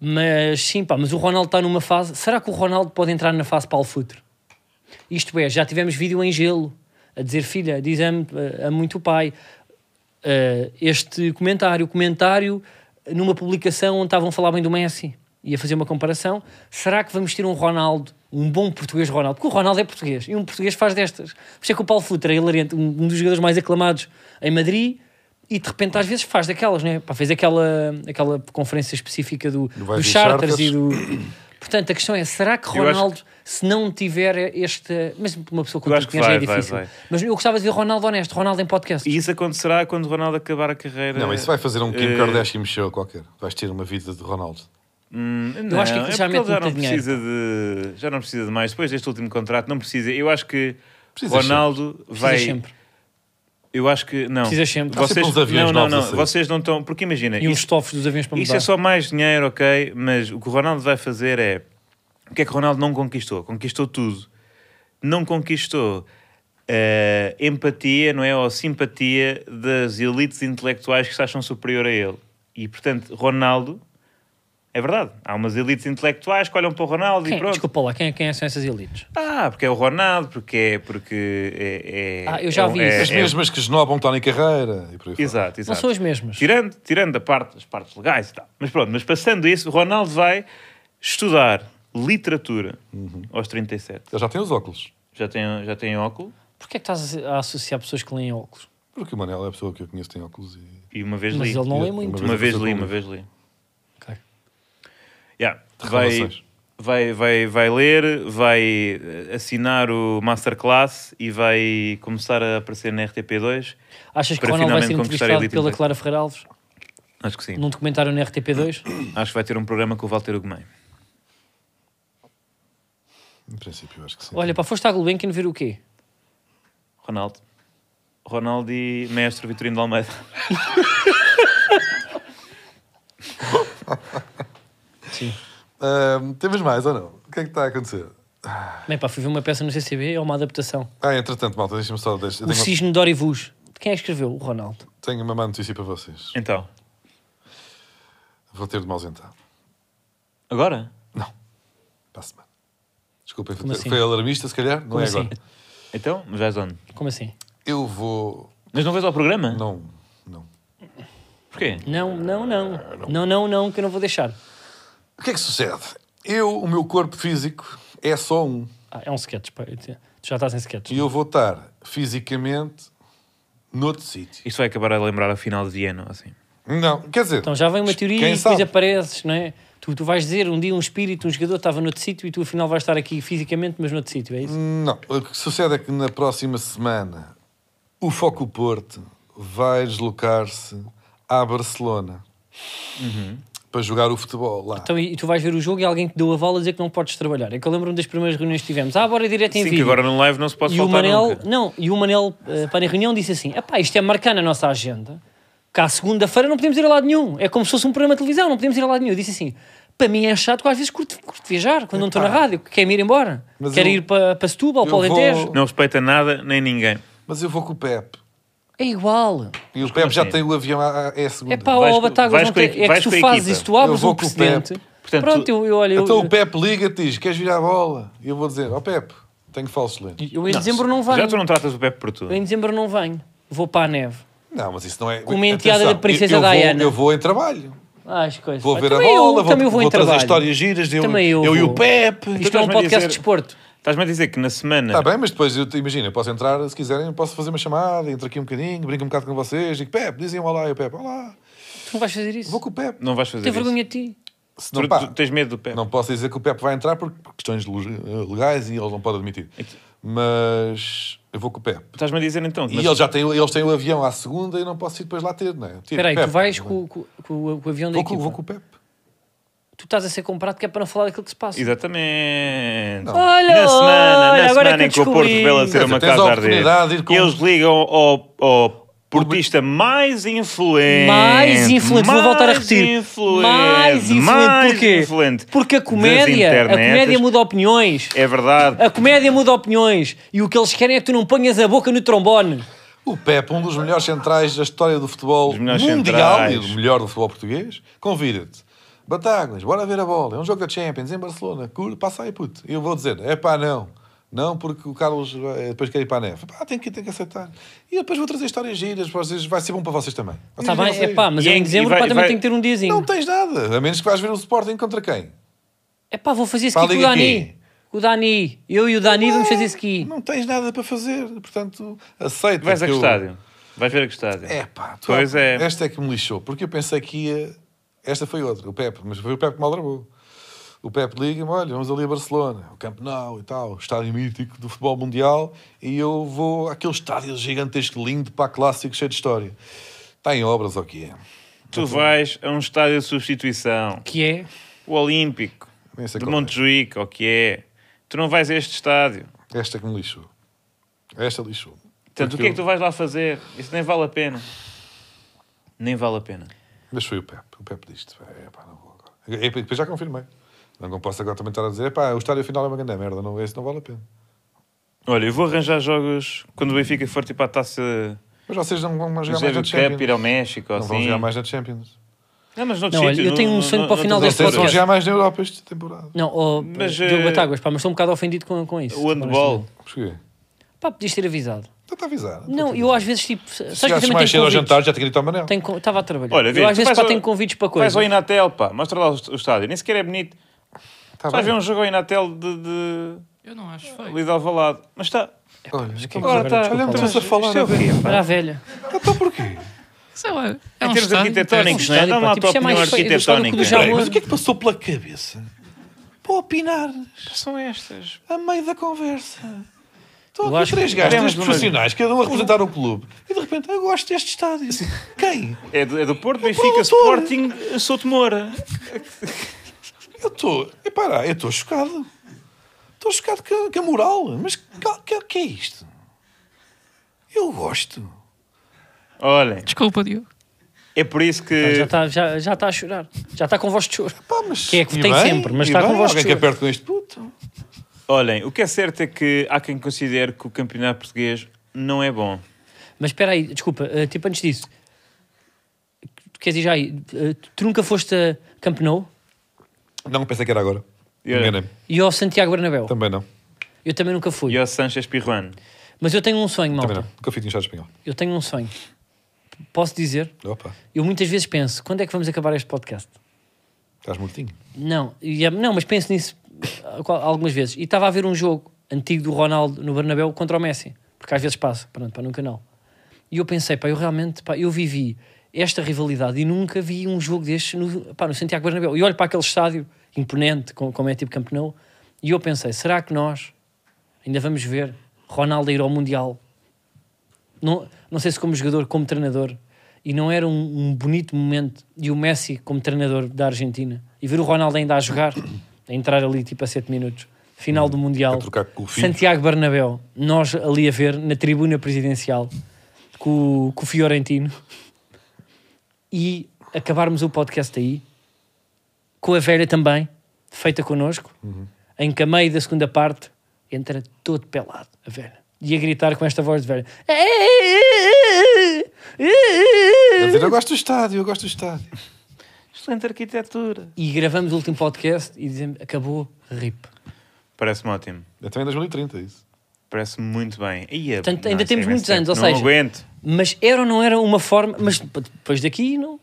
Mas sim, pá, mas o Ronaldo está numa fase. Será que o Ronaldo pode entrar na fase para o futuro? Isto é, já tivemos vídeo em gelo a dizer, filha, diz amo- amo muito o pai. Ah, este comentário, comentário numa publicação onde estavam a falar bem do Messi e a fazer uma comparação. Será que vamos ter um Ronaldo, um bom português Ronaldo? Porque o Ronaldo é português e um português faz destas. Por isso é que o Paulo Futre é hilariante, um um dos jogadores mais aclamados em Madrid. E de repente, às vezes, faz daquelas, né? Pá, fez aquela, aquela conferência específica do, Do do, Vais e Charters, Charters. e do. Portanto, a questão é: será que Eu acho Ronaldo, se não tiver esta. Mesmo uma pessoa com Eu acho tanto que dinheiro já vai, é vai, difícil. vai. Mas eu gostava de ver Ronaldo honesto, Ronaldo em podcast. E isso acontecerá quando o Ronaldo acabar a carreira. Não, isso vai fazer um Kim eh, Kardashian show qualquer. Vais ter uma vida de Ronaldo. Hum, não, acho que aquilo é já porque ele mete já não muito dinheiro. precisa de já não precisa de mais depois deste último contrato não precisa eu acho que Precisa Ronaldo vai Precisa sempre. eu acho que não Precisa sempre. Há vocês sempre uns não aviões não novos a não sair. vocês não estão porque imagina E um os isto- estofos dos aviões para mudar. Isso é só mais dinheiro, ok, mas o que o Ronaldo vai fazer é. O que é que o Ronaldo não conquistou? Conquistou tudo. Não conquistou a empatia, não é? Ou simpatia das elites intelectuais que se acham superior a ele. E, portanto, Ronaldo. É verdade. Há umas elites intelectuais que olham para o Ronaldo Quem- e pronto. desculpa lá, quem, quem são essas elites? Ah, porque é o Ronaldo, porque é. Porque é, é- Ah, eu já é um- vi é- As é- mesmas que esnobam estão em carreira. E por aí fora. Exato, exato. Não são as mesmas. Tirando, tirando a parte, as partes legais e tal. Mas pronto, mas passando isso, Ronaldo vai estudar literatura Uhum. aos 37. Ele já tem os óculos. Já tem, já tem óculo Porquê é que estás a associar pessoas que leem óculos? Porque o Manel é a pessoa que eu conheço que tem óculos e. e uma vez Mas li. ele não lê Uma muito. Uma vez aconteceu li, com uma ele. vez li. Ok. Yeah, vai, Revelações. vai, vai, vai ler, vai eh, assinar o Masterclass e vai começar a aparecer na RTP2. Achas que Para Ronaldo vai ser finalmente conquistar a entrevistado elite pela intelectual. Clara Ferreira Alves Acho que sim. num documentário na RTP2? Acho que vai ter um programa com o Walter Ugumem. Em princípio, eu acho que sim. Olha, pá, foste à Gulbenkian ver o quê? Ronaldo. Ronaldo e mestre Vitorino de Almeida. Ahm, temos mais ou não? O que é que está a acontecer? Bem, pá, fui ver uma peça no CCB, é uma adaptação. Ah, entretanto, malta, deixa-me só. Deixa, O tenho, Cisne de Orivus. De quem é que escreveu? O Ronaldo. tenho uma má notícia para vocês. Então, Vou ter de me ausentar. agora? Para a semana. Desculpem, Como assim? foi alarmista, se calhar. Não Como é assim? agora. Então, mas vais onde? Como assim? Eu vou. Mas não vais ao programa? Não, não. Porquê? Não, não, não. Não, não, não, que eu não vou deixar. O que é que sucede? Eu, o meu corpo físico, é só um. Ah, é um sketch, pá. Tu já estás em sketch. E eu vou estar fisicamente noutro sítio. Isto vai acabar a lembrar a final de Viena, ou assim. Não, quer dizer. Então já vem uma teoria Quem e depois sabe? apareces, não é? Tu, tu vais dizer um dia um espírito, um jogador estava noutro sítio e tu afinal vais estar aqui fisicamente, mas noutro sítio, é isso? Não, o que sucede é que na próxima semana o Foco Porto vai deslocar-se à Barcelona para jogar o futebol lá. Então, e e tu vais ver o jogo e alguém te deu a vala a dizer que não podes trabalhar. É que eu lembro-me das primeiras reuniões que tivemos. Ah, bora direto em Sim, que vídeo. agora no live não se pode e o faltar Manel, nunca. não, e o Manel eh, para a reunião disse assim: "Epá, isto é marcar na nossa agenda, que à segunda-feira não podemos ir a lado nenhum. É como se fosse um programa de televisão, não podemos ir a lado nenhum. Eu disse assim: para mim é chato, que às vezes curto, curto viajar, quando não estou na rádio, quero ir embora, Mas quero eu- ir para, para Setúbal, para o eu vou- Alentejo. Não respeita nada, nem ninguém. Mas eu vou com o Pepe. É igual. E o Pepe já assim? tem o avião à, à- é a segunda. É pá, Vais ó, com- Batáguas, vais não com a tem- equi- é que vais tu com a fazes equipa. isso, tu abres Eu vou um com o precedente. Pepe. Portanto, Pronto, eu, eu olha, eu- Então o Pepe liga-te e diz: Queres vir à bola? E eu vou dizer: Ó Pepe, Tenho falsos lentes. Eu em dezembro não venho. Já tu não tratas o Pepe por tu. Eu em dezembro não venho. Vou para a neve. Não, mas isso não é. Com uma enteada da princesa eu, eu Diana. Vou, eu vou em trabalho. Ah, as coisas. Vou Ah, ver a também eu- bola, vou, também eu vou em vou trazer trabalho. histórias giras. Eu, Também eu eu, e o vou. Pepe. Isto é um Estás-me a podcast dizer- de desporto. Estás-me a dizer que na semana. Tá Está bem, mas depois, eu te- imagina, eu posso entrar, se quiserem, posso fazer uma chamada, entro aqui um bocadinho, brinco um bocado com vocês, digo, Pepe, dizem um olá, e o Pepe, olá, Tu não vais fazer isso. vou com o Pepe. Não vais fazer Tenho isso. vergonha de ti. Se Tu, não, pá, tu tens medo do Pepe. não posso dizer que o Pepe vai entrar por por questões le- legais e ele não pode admitir. Mas eu vou com o Pepe. Estás-me a dizer então. E mas- eles já têm, eles têm o avião à segunda e não posso ir depois lá ter, não é? Tiro, Espera aí, tu Pepe. vais com, com- com- com o avião da Vou com, equipa. vou com o Pepe. Tu estás a ser comprado que é para não falar daquilo que se passa. Exatamente. Olha, na semana, olha, na agora é semana que em que o eu Porto descobri. revela ser uma Quer dizer, tens casa a a arder. oportunidade de ir com- um Eles ligam ao, ao portista mais influente. Mais influente, vou voltar a repetir. influente, Mais influente, mais porquê? influente Porque a das comédia, a internetas. comédia muda opiniões. É verdade. A comédia muda opiniões. E o que eles querem é que tu não ponhas a boca no trombone. O Pepe, um dos melhores centrais da história do futebol Dos melhores mundial centrais. e o melhor do futebol português, convida-te. Batáguas, bora ver a bola. É um jogo da Champions em Barcelona. Cur, passa aí, puto. E eu vou dizer, é pá, não. Não, porque o Carlos eh, depois quer ir para a neve. Pá, tem que, tem que aceitar. E eu depois vou trazer histórias giras para vocês. Vai ser bom para vocês também. Vocês Está vão bem? sair. É pá, mas E eu em- em e dezembro vai- pá, também vai- tenho que ter um Não diazinho. tens nada. A menos que vais ver o Sporting contra quem? É pá, vou fazer Pá, ski com o liga aqui. Dani. Com o Dani. Eu e o Dani vamos fazer ski. Não tens nada para fazer. Portanto, aceita. Vais a É que que eu- estádio? Vais ver a que estádio? É pá, tu- Pois é. esta é que me lixou, porque eu pensei que ia. Esta foi outra, o Pepe, mas foi o Pepe que me aldrabou. O Pepe liga-me, olha, vamos ali a Barcelona, o Camp Nou e tal, o estádio mítico do futebol mundial, e eu vou àquele estádio gigantesco, lindo, para clássico, cheio de história. Está em obras, ou o que é? Tu vais a um estádio de substituição. Que é? O Olímpico. Nem sei De qual é. Montjuic, ou que é. Tu não vais a este estádio. Esta que me lixou. Esta lixou. Portanto, o que é que tu vais lá fazer? Isso nem vale a pena. Nem vale a pena. Mas foi o Pepe, o Pepe disse, é pá, não vou agora. E depois já confirmei. Não posso agora também estar a dizer, é pá, o estádio final é uma grande merda, não, esse não vale a pena. Olha, eu vou arranjar jogos quando o Benfica for tipo à taça Mas vocês não vão jogar mais José na Cup, ir Champions. ao México, ou Não vão assim. jogar mais na Champions. Não, mas Não, olha, eu tenho um sonho para o final deste deste Vocês vão podcast. jogar mais na Europa esta temporada. Não, oh, Mas, eh, Diogo Batáguas, pá, mas estou um bocado ofendido com, com isso. O handball. Porquê? Pá, podias ter avisado. Estou Então a avisar. Não, eu às vezes, tipo... sabes que Se eu chegasses também mais tenho cedo ao convites. jantar, já te grito ao Manel. Tenho con- Estava a trabalhar. Olha, vê, eu às tu vezes vais pá, ao- tenho convites para Vais coisas. ao Inatel, pá. Mostra lá o, o estádio. Nem sequer é bonito. Tá Vais ver bem. um jogo ao Inatel de... de... Eu não acho feio. Ali de Alvalade. Mas está... Olha, estamos Agora está... Olha, estamos tá- a falar. Isto né? é o quê, pá? Para a velha. Então porquê? Sei lá. É Em um termos estádio, arquitetónicos, É um não é? Dá-me lá a tua estádio, pá, tipo, isso é opinião mais feio do estádio que o arquitetónica. do Jamor. Mas o que é que passou pela cabeça? Para opinar São estas. a meio da conversa. Eu Estão acho aqui três que gajos, temos três uma- profissionais, cada um a representar o clube. E de repente, eu gosto deste estádio. Quem? É do, é do Porto, Benfica, promotor. Sporting, Souto Moura. Eu estou. Epá, eu estou chocado. Estou chocado com a, com a moral. Mas o que, que é isto? Eu gosto. Olhem, Desculpa, Diogo. é por isso Ah, Já que... está já, já está a chorar. Já está com voz de choro. Pá, mas, Que é que e tem bem, sempre, mas e está bem, com voz de Alguém que choro. aperte com este puto. Olhem, o que é certo é que há quem considere que o campeonato português não é bom. Mas espera aí, desculpa, eh, tipo antes disso. Tu Queres ir já aí? Eh, tu nunca foste a Camp Nou Não, pensei que era agora. E olha, Enganei-me. e ao Santiago Bernabéu? Também não. Eu também nunca fui. E ao Sanchez Pirruano. Mas eu tenho um sonho, Também não. malta. Nunca fui de inchado espanhol. Eu tenho um sonho. Posso dizer? Opa, Eu muitas vezes penso, quando é que vamos acabar este podcast? estás mortinho. Não, e é- não mas penso nisso ah, qual- algumas vezes. E estava a ver um jogo antigo do Ronaldo no Bernabéu contra o Messi, porque às vezes passa, pronto, para num canal. E eu pensei, pá, eu realmente, pá, eu vivi esta rivalidade e nunca vi um jogo deste no, pá, no Santiago Bernabéu. E olho para aquele estádio imponente, com- como é tipo Camp Nou, e eu pensei, será que nós ainda vamos ver Ronaldo a ir ao Mundial? Não, não sei se como jogador, como treinador. E não era um, um bonito momento e o Messi como treinador da Argentina e ver o Ronaldo ainda a jogar, a entrar ali tipo a 7 minutos, final do Mundial, Hum, a trocar com o filho. Santiago Bernabéu, nós ali a ver na tribuna presidencial com, o- com o Fiorentino e acabarmos o podcast aí com a velha também, feita connosco, em que a meio da segunda parte entra todo pelado a velha e a gritar com esta voz de velha. A dizer, eu gosto do estádio, eu gosto do estádio. Excelente arquitetura. E gravamos o último podcast e dizemos acabou, rip. Parece-me ótimo. É também 2030, isso. Parece-me muito bem. Ia, Portanto, não, ainda isso temos é imenso muitos anos, ou tempo. seja- Não aguento. Mas era ou não era uma forma. Mas p- depois daqui, não.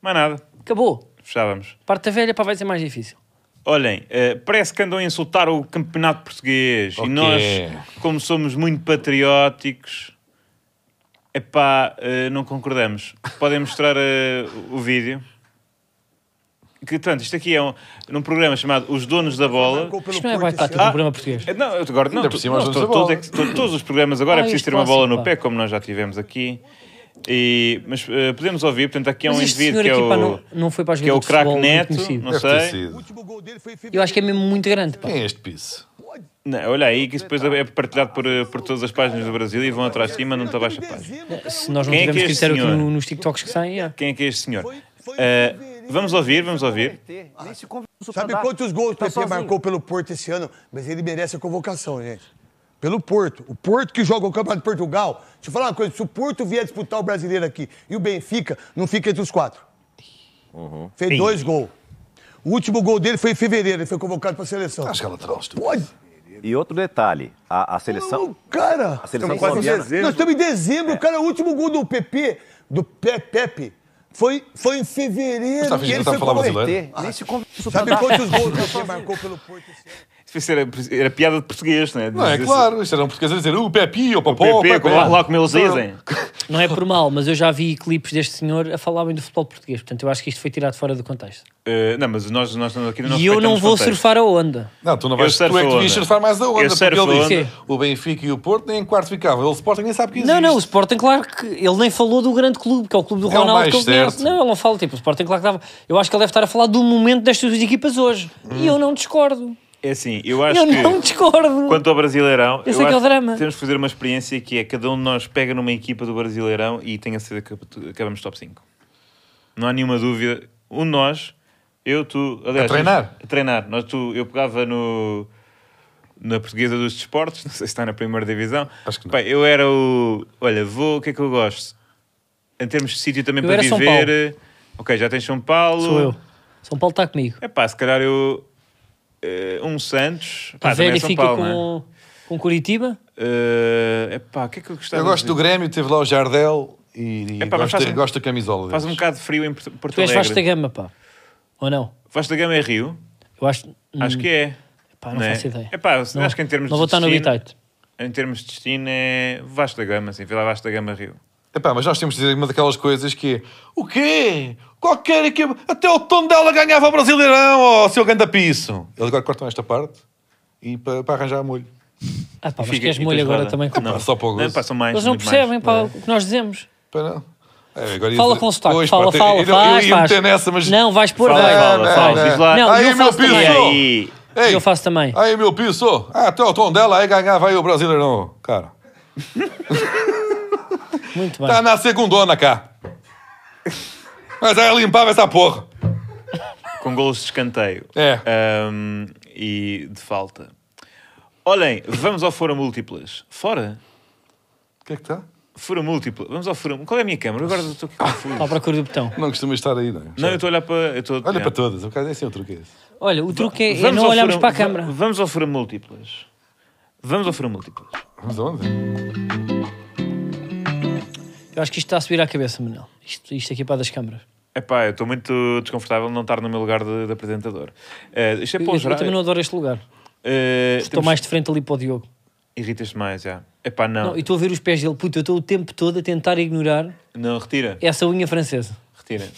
Mais nada. Acabou. Fechávamos. Parte da velha, pá, vai ser mais difícil. Olhem, eh, parece que andam a insultar o campeonato português. Ok. E nós, como somos muito patrióticos, epá, eh, não concordamos. Podem mostrar eh, o vídeo. Que, portanto, isto aqui é um, num programa chamado Os Donos da Bola. Isto não é batata do Ah. programa português. Eh, Não, eu agora não, Ainda tu- por cima não, nós tu- damos a todos, bola. é que- to- todos os programas agora é Ah, preciso isto ter uma bola clássico, no pá. pé, como nós já tivemos aqui. E, mas eh, podemos ouvir, portanto, aqui é um Mas este indivíduo senhor que é aqui, o, pá, não, não foi para as que é o jogadores craque de futebol muito Neto, conhecido. não Deve ter sei. sido. Eu acho que é mesmo muito grande, pá. Quem é este piso? Não, olha aí, que isso depois é partilhado por, eh, por todas as páginas do Brasil e vão atrás de cima, não está baixa a página. Se nós não Quem é que tivermos é este critério aqui senhor? no- nos TikToks que saem, é. Quem é que é este senhor? Eh, vamos ouvir, vamos ouvir. Sabe quantos gols o PP marcou pelo Porto esse ano? Mas ele merece a convocação, gente. Pelo Porto. O Porto que joga o Campeonato de Portugal. Deixa eu falar uma coisa. Se o Porto vier disputar o brasileiro aqui e o Benfica, não fica entre os quatro. Fez dois gols. O último gol dele foi em fevereiro. Ele foi convocado para a seleção. Acho que ela trouxe. Pode. E outro detalhe, a, a seleção. Cara, A seleção estamos quase em colombiana. dezembro. Nós estamos em dezembro, cara. O último gol do PP, do Pe- Pepe, foi, foi em fevereiro. Mas tá E fingindo ele que tá foi a falar convocado. brasileiro? Nem se conversou Sabe quantos gols você marcou pelo Porto esse ano? Isso era, era piada de português, não é? Não, é Dizer- claro. Isto era um português a dizer o Pepi, o Popó, PP, o Pepe. como- lá, lá como eles dizem. Não é por mal, mas eu já vi clipes deste senhor a falar bem do futebol português. Portanto, eu acho que isto foi tirado fora do contexto. Eh, não, mas nós, nós estamos aqui e eu não respeitamos vou contexto. surfar a onda. Não, tu não vais. Tu Eu é surfo que devias onda. surfar mais da Eu onda. Porque surfo ele onda. disse o Benfica e o Porto nem em quarto ficavam. Ele Sporting nem sabe que existe. Não, não, o Sporting, claro que ele nem falou do grande clube, que é o clube do É o Ronaldo mais que ele conhece. certo. Não, ele não fala. Tipo, o Sporting, claro que estava. Eu acho que ele deve estar a falar do momento destas duas equipas hoje. E eu não discordo. É assim, eu Hum. acho eu que... não discordo. Quanto ao Brasileirão, Esse é que é acho o drama. que temos que fazer uma experiência que é cada um de nós pega numa equipa do Brasileirão e tenha certeza que acab- acabamos top 5. Não há nenhuma dúvida. Um de nós, eu, tu, aliás, A treinar? a treinar. Nós, tu, eu pegava no na Portuguesa dos Desportos, não sei se está na primeira divisão. Acho que não. Pá, eu era o, olha, vou, o que é que eu gosto? Em termos de sítio também Eu para era São viver. eh, Ok, já tens São Paulo. Sou eu. São Paulo está comigo. É pá, se calhar eu eh, um Santos, pá, a também é velha São fica Paulo, não é? com, com Curitiba. É epá, o que é que eu gostava Eu gosto de do Grêmio, teve lá o Jardel e, e Epá, mas gosto, faz da- um- gosto da camisola. Faz um deles. bocado de frio em Porto Porto Tu és Alegre. Vasta Gama, pá. Ou não? Vasta Gama é Rio? Eu acho. Acho que é. Pá, não, faço ideia. Epá, eu Não- acho que em termos não de vou estar no destino- Bitite. Em termos de destino é Vasta Gama, sim. Vila Vasta Gama Rio. Epá, mas nós temos de dizer uma daquelas coisas que é o quê? Qualquer equipa. Até o Tondela ganhava o Brasileirão, ó, oh, seu ganda piso. Eles agora cortam esta parte e para, para arranjar molho. Ah, pá, E mas fica- queres e molho tens agora roda. também com Pá, só para o gozo. Não, pá, são mais. Eles não muito percebem mais. pá, o que nós dizemos. Para não. É, agora ia Fala dizer- com sotaque. Pois, fala, pá, fala, eu, faz, eu ia meter faz. nessa, mas... Não, vais pôr. Fala, vai. fala, não, fala, não. diz lá. Não, Aí, eu meu faço piso. E também. aí? Ei, Eu faço também. Aí, meu piso. Ah, até o Tondela aí ganhava aí o Brasileirão, cara. Muito bem. Tá na segundona cá. Mas aí limpava essa porra. Com golos de escanteio. É. Ahm, e de falta. Olhem, vamos ao Fora Múltiplas. Fora? O que é que está? Fora Múltipla. Vamos ao Fora. Qual é a minha câmera? Agora estou aqui confuso. Está à procura do botão. Não costuma estar aí, não é? Não, eu estou a olhar para. eu estou- Olha Yeah. para todas, o caso é assim o truque é esse. Olha, o truque é, é Vamos não ao olharmos fura- para a va- câmara. Vamos ao fura múltiplas. Vamos ao fura múltiplas. Vamos aonde? Eu acho que isto está a subir à cabeça, Manuel. Isto, isto aqui é para das câmaras. Epá, eu estou muito desconfortável de não estar no meu lugar de, de apresentador. Eh, isto é Eu, para eu o geral. também não adoro este lugar. Eh, Estou temos- mais de frente ali para o Diogo. Irritas-te mais, já. Epá, não. Não, Não, e estou a ver os pés dele. Puto, eu estou o tempo todo a tentar ignorar retira. essa unha francesa. Retira.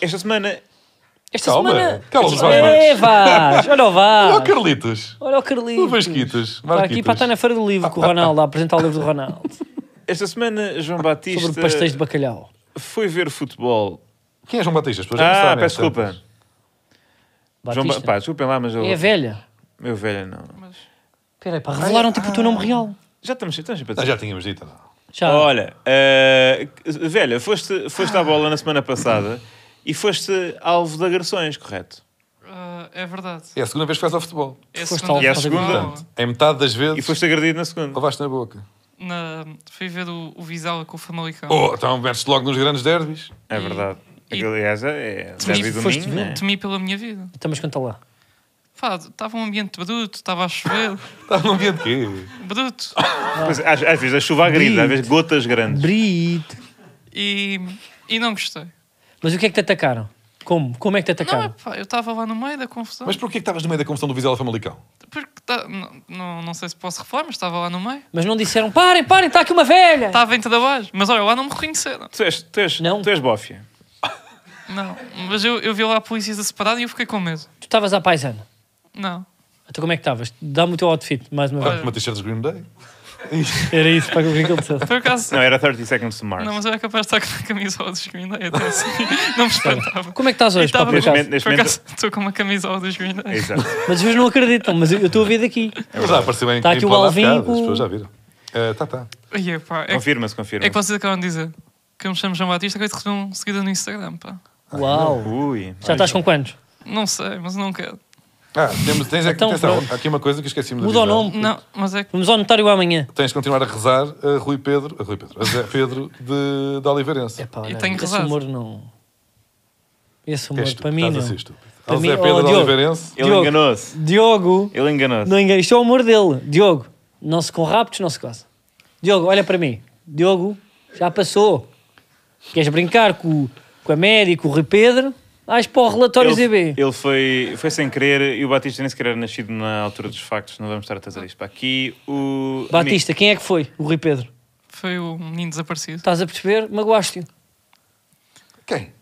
Esta semana... Esta Calma, semana... calma, Esta- Vasco. É, Vaz! Olha o Ah. Ó, Vaz! Carlitos. Olha o Carlinhos. O Vasquitas. Tá Está aqui para estar na feira do livro com o Ronaldo, a apresentar o livro do Ronaldo. Esta semana, João Batista Ah, Sobre pastéis de bacalhau. foi ver futebol. Quem é João Batista? As pessoas já não Ah, sabem, peço então. desculpa. João ba... Batista. Pá, desculpem lá, mas eu... É a velha. Meu velho, não. Espera aí, pá, revelaram-te por teu nome real. Já estamos, estamos sempre a Ah, dizer. já tínhamos dito. não. Já. Tá. Olha, eh, velha, foste, foste à bola na semana passada e foste alvo de agressões, correto? Ah, é verdade. É a segunda vez que faz ao futebol. É a Foste segunda. ao- E a vez que segunda? vou É metade das vezes E foste agredido na segunda. levaste na boca. Na, fui ver o, o Vizela com o Famalicão. Oh, então metes logo nos grandes derbys. É verdade. E- Aquilo, aliás, é Temi, David foste Domingo, né? temi pela minha vida. Então, mas conta lá. Pá, estava um ambiente bruto, estava a chover. Estava Tá num ambiente quê? bruto. Mas às, às vezes a chuva agride, às vezes gotas grandes. Brito. E, e não gostei. Mas o que é que te atacaram? Como? Como é que te Não, é atacaram? pá, eu estava lá no meio da confusão. Mas porquê que estavas no meio da confusão do Vizela Famalicão? Porque tá- não, não, não sei se posso refalar, mas estava lá no meio. Mas não disseram, parem, parem, está aqui uma velha. Estava em trabalho. Mas olha, lá não me reconheceram. Tu és, tu és, tu és bófia. Não. Mas eu, eu vi lá a polícia a separar e eu fiquei com medo. Tu estavas à paisana. Não. Então como é que estavas? Dá-me o teu outfit, mais É. uma Estava com vez. uma t-shirt dos Green Day? Era isso, para que eu brinque ele dissesse. Por acaso. Não, era 30 Seconds to Mars. Não, mas eu era capaz de estar com uma camisola dos Green Day até assim. Não me espantava. Como é que estás hoje, E estava- pá, por acaso? Neste Por momento- acaso estou com uma camisola dos Green Day. Exato. Mas vocês não acreditam, mas eu eu estou a ver daqui. Mas já É apareceu em Tá aqui em o Play Lá Alvin Ficadas, com- As pessoas já viram. Eh, tá, tá. Ai, é, pá, é, que- Confirma-se, confirma. é que vocês acabaram de dizer que eu me chamo João Batista, acabei de receber um seguidor no Instagram, pá. Uau. Ui. Já tá- estás com quantos? Não sei, mas não quero. Ah, temos, tens é que- Então, atenção, pronto. há aqui uma coisa que esqueci-me de Muda o avisar. nome. Não, mas é que. Vamos ao notário amanhã. Tens de continuar a rezar a Rui Pedro, a Rui Pedro, a Zé Pedro de, da Oliveirense. Epá, E olha, tenho esse razão. humor não... Esse Que é humor, estúpido, para mim, estás a não. ser estúpido. Para Ao mim- Zé oh, Pedro da Diogo. Oliveirense, Ele Diogo. enganou-se. Diogo, Ele enganou-se. não engano, isto é o humor dele. Diogo, não se com raptos, não se coça. Diogo, olha para mim. Diogo, já passou. Queres brincar com, com a média, com o Rui Pedro? Vais para o relatório Ele, ZB. ele foi, foi sem querer e o Batista nem sequer era nascido na altura dos factos. Não vamos estar a trazer isto para aqui. O Batista, quem é que foi? O Rui Pedro. Foi o menino desaparecido. Estás a perceber? Magoaste-o. quem?